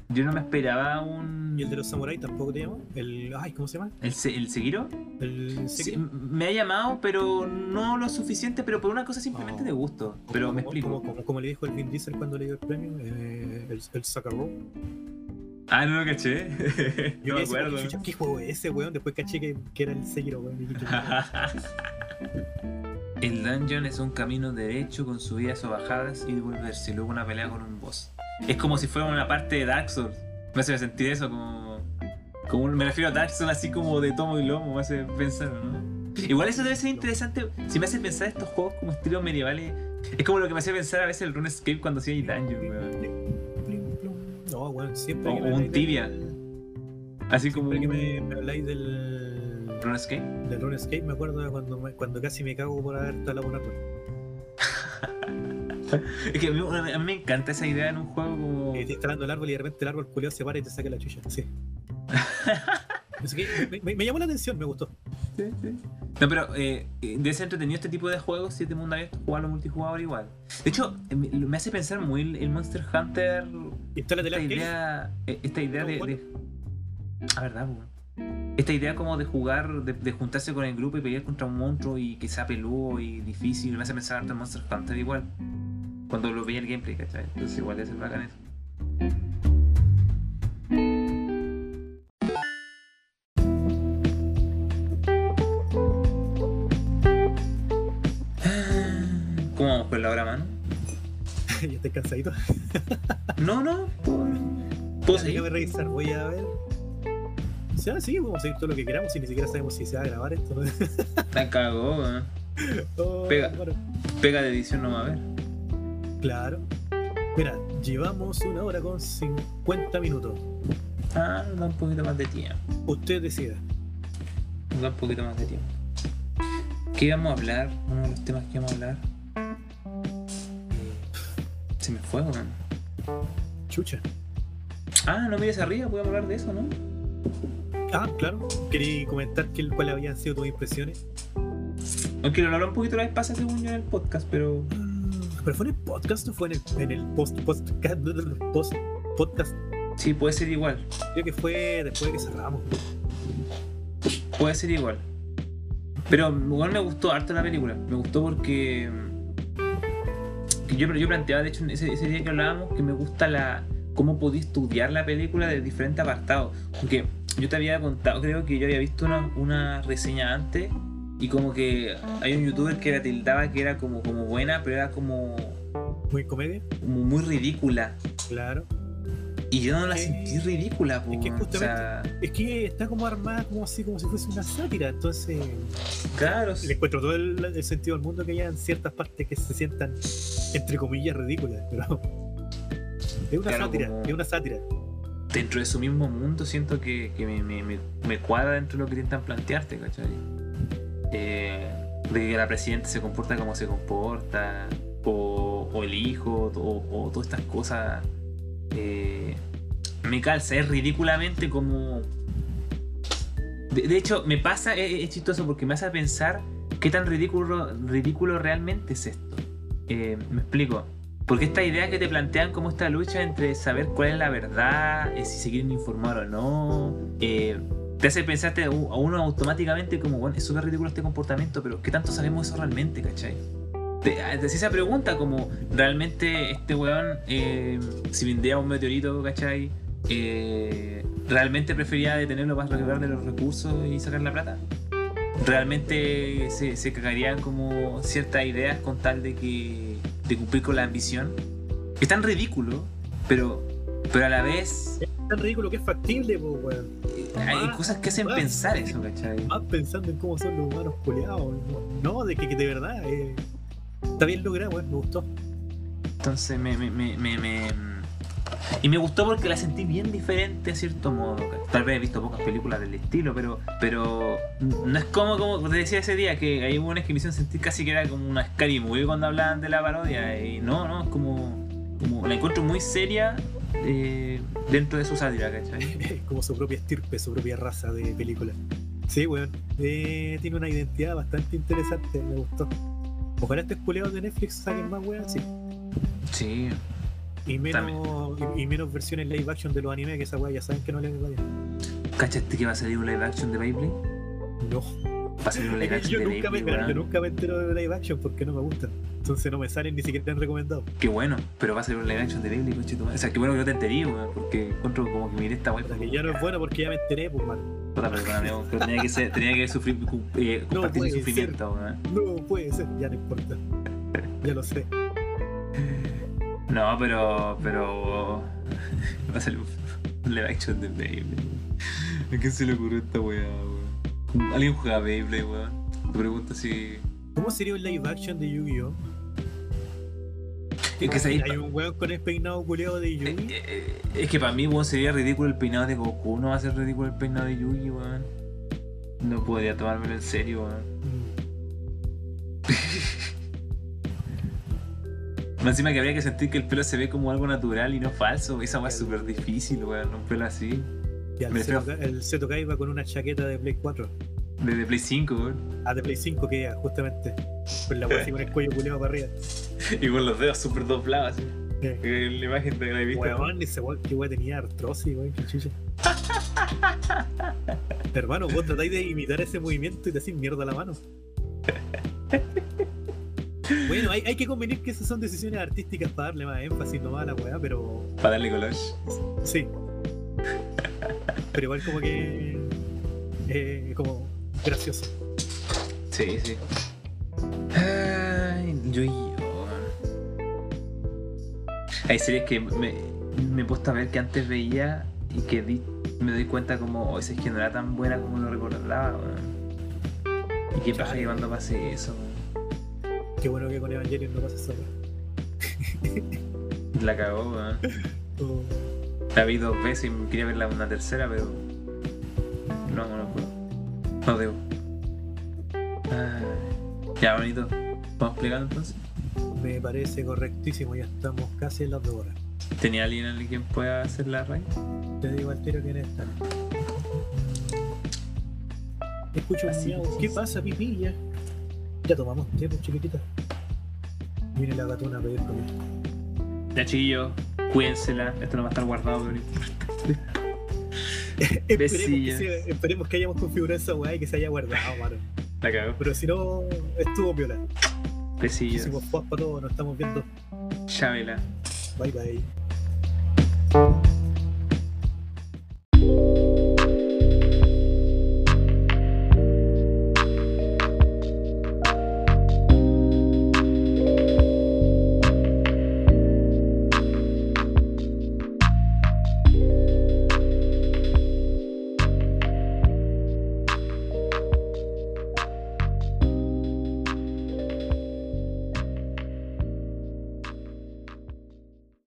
Yo no me esperaba un. ¿Y el de los samuráis tampoco te llama? El. Ay, ¿cómo se llama? ¿El, se- el Sekiro? El. Sí, me ha llamado, pero no lo suficiente, pero por una cosa simplemente de gusto. Pero me Oh. como- Como, explico. como- como le dijo el Vin Diesel cuando le dio el premio, eh, el, el Sacarro. Ah, no lo caché. Yo decía, "Chucha, ¿Qué juego es ese, weón? Después caché que, que era el Sekiro, weón. y dije, El dungeon es un camino derecho con subidas o bajadas y devolverse, y luego una pelea con un boss. Es como si fuera una parte de Dark Souls. Me hace sentir eso como. como un- me refiero a Dark Souls así como de tomo y lomo, me hace pensar, ¿no? Igual eso debe ser interesante. Si me hace pensar estos juegos como estilos medievales. Es como lo que me hacía pensar a veces el RuneScape cuando hacía el dungeon, weón. "Plum, plum". No, weón, siempre. O que me un habláis Tibia. del- Así como. Siempre que me, me habláis del. ¿RuneScape? del RuneScape, me acuerdo de cuando, me- cuando casi me cago por haber talado un árbol. Es que a mí, a mí me encanta esa idea en un juego como. Eh, te está dando el árbol y de repente el árbol culiado se para y te saca la chucha. Sí. Así que me, me- me llamó la atención, me gustó. Sí, sí. No, pero eh, eh, debe ser entretenido este tipo de juegos, si es de mundo abierto, jugarlo multijugador igual. De hecho, eh, me me hace pensar muy el, el Monster Hunter, Instálate la esta arcade. idea, eh, esta idea No, de... bueno. de- Ah, verdad, po. Esta idea como de jugar, de, de juntarse con el grupo y pelear contra un monstruo y que sea peludo y difícil, me hace pensar harto en Monster Hunter igual. Cuando lo veía el gameplay, ¿cachai? Entonces igual debe ser bacán eso. ¿Cómo vamos con la hora, mano? ya estoy cansadito. No, no. ¿Puedo Ya, Déjame seguir? revisar, voy a ver. O sea, sí, podemos seguir todo lo que queramos y ni siquiera sabemos si se va a grabar esto. La cagó, weón. Oh, Pega. bueno. Pega de edición no va a haber. Claro. Mira, llevamos una hora con 50 minutos. Ah, nos da un poquito más de tiempo. Usted decida. Nos da un poquito más de tiempo. ¿Qué íbamos a hablar? Uno de los temas que íbamos a hablar. Se me fue, weón. Chucha. Ah, no mires arriba, podíamos hablar de eso, ¿no? Ah, claro. Quería comentar que, cuáles habían sido tus impresiones. Aunque lo hablamos un poquito la vez pasada según yo en el podcast, pero. Mm, ¿Pero fue en el podcast o fue en el, en el post, post, ca- post- podcast? Sí, puede ser igual. Creo que fue después de que cerramos. Puede ser igual. Pero igual me gustó harto la película. Me gustó porque. mm, que yo, yo planteaba, de hecho, en ese, ese día que hablábamos, que me gusta la cómo podía estudiar la película de diferentes apartados. Porque yo te había contado, creo que yo había visto una, una reseña antes y como que hay un youtuber que la tildaba que era como, como buena, pero era como, Muy comedia, como muy ridícula. claro. Y yo no la Eh, sentí ridícula, es que po, o sea, Es que está como armada como así, como si fuese una sátira. Entonces, claro, Le encuentro todo el, el sentido del mundo que haya en ciertas partes que se sientan, entre comillas, ridículas, pero. Es una Claro, sátira, como- es una sátira. dentro de su mismo mundo siento que, que me, me- me- me cuadra dentro de lo que intentan plantearte, ¿cachai? Eh, de que la presidenta se comporta como se comporta, o, o el hijo, o, o todas estas cosas. eh, me calza, es ridículamente como... De, de hecho, me pasa, es, es chistoso porque me hace pensar qué tan ridículo, ridículo realmente es esto. Eh, me explico. Porque esta idea que te plantean como esta lucha entre saber cuál es la verdad, eh, si se quieren informar o no, eh, te hace pensarte a u- a uno automáticamente como, bueno, es súper ridículo este comportamiento, pero ¿qué tanto sabemos eso realmente, cachai? Te, a- te hace esa pregunta como, ¿realmente este weón, eh, si vendía un meteorito, cachai? eh, ¿Realmente prefería detenerlo para recuperar de los recursos y sacar la plata? realmente se, se cagarían como ciertas ideas con tal de que de cumplir con la ambición. Es tan ridículo, pero pero a la vez eh, Es tan ridículo que es factible, po, weón. hay cosas que hacen Ah. pensar eso, ¿cachai? Más pensando en cómo son los humanos culeados, no, de que, que de verdad eh, está bien logrado, weón, me gustó. Entonces me, me, me, me- me- Y me gustó porque la sentí bien diferente a cierto modo. ¿cachai? Tal vez he visto pocas películas del estilo, pero pero no es como, como te decía ese día, que hay una que me hicieron sentir casi que era como una scary movie cuando hablaban de la parodia. Y no, no, es como, como la encuentro muy seria eh, dentro de su sátira, ¿cachai? Como su propia estirpe, su propia raza de película. Sí, weón, eh, tiene una identidad bastante interesante, me gustó. Ojalá estos culeados de Netflix saquen más, weón, sí. Sí. Y menos, y, y menos versiones live action de los animes, que esa weá ya saben que no les vaya. ¿Cachaste que va a salir un live action de Beyblade? No. Va a salir un live action Yo de nunca, me, Beyblade. mira, yo weón. nunca me entero de live action porque no me gustan. Entonces no me salen ni siquiera tan recomendados. Qué bueno, pero va a salir un live action de Beyblade, coche O sea, qué bueno que no te enteré, weón, porque encuentro como que miré esta weá. Puta, que ya no es bueno porque ya me enteré, pues man. Puta, perdóname, weón, pero tenía que, ser, tenía que sufrir, cu- eh, compartir mi puede ser. sufrimiento, weón. No puede ser, ya no importa. Ya lo sé. No, pero. pero. Va a salir un live action de Beyblade. ¿A quién se le ocurrió esta weá, weón? ¿Alguien juega a Beyblade, weón? Te pregunto si. ¿Cómo sería un live action de Yu-Gi-Oh? Es que sabéis. Ah, Hay un weón con el peinado culeado de eh, Yu-Gi. eh, Es que para mí, weón, sería ridículo el peinado de Goku. No va a ser ridículo el peinado de Yugi, weón. No podría tomármelo en serio, weón. Mm, Más encima que habría que sentir que el pelo se ve como algo natural y no falso. Esa weá es súper difícil, weón. Un pelo así. Y al Me Seto feo. Ga- el Seto Kai va con una chaqueta de Play 4. Desde Play 5, weón. Ah, de Play 5 que era, justamente. Con la wea así con el cuello culeado para arriba. Y con los dedos súper doblados, así. Sí. Eh, La imagen de la he visto. Weón, ese weón, qué weón tenía artrosis, weón, qué chucha. Hermano, vos tratáis de imitar ese movimiento y te hacís mierda la mano. Bueno, hay, hay que convenir que esas son decisiones artísticas para darle más énfasis nomás a la weá, pero Para darle color. sí. Pero igual como que... eh, como gracioso. Sí, sí. Ay, yo y yo. Hay series que me, me he puesto a ver que antes veía y que di- me doy cuenta como, o esa es que no era tan buena como lo recordaba, weón. ¿Y qué pasa que cuando pase eso? weón? Qué bueno que con Evangelion no pasa eso. weón. La cagó, weón. Oh. La vi dos veces y quería verla una tercera, pero. No, no puedo. No debo. Ay. Ya, bonito. ¿Vamos plegando entonces? Me parece correctísimo, ya estamos casi en las dos horas. ¿Tenía alguien alguien quien pueda hacer la raid? Te digo al tiro quién está. Escucho un Así miau. es. ¿Qué pasa, pipilla? Ya tomamos té, pues, chiquitita. Viene la gatuna a pedir comida. Ya, chiquillos, cuídensela. Esto no va a estar guardado, pero. esperemos, que Besillos. sea- esperemos que hayamos configurado esa weá y que se haya guardado, mano. La cagó. Pero si no, estuvo viola. Besillos. Hicimos pop para todo, nos estamos viendo. Llámela. Bye bye.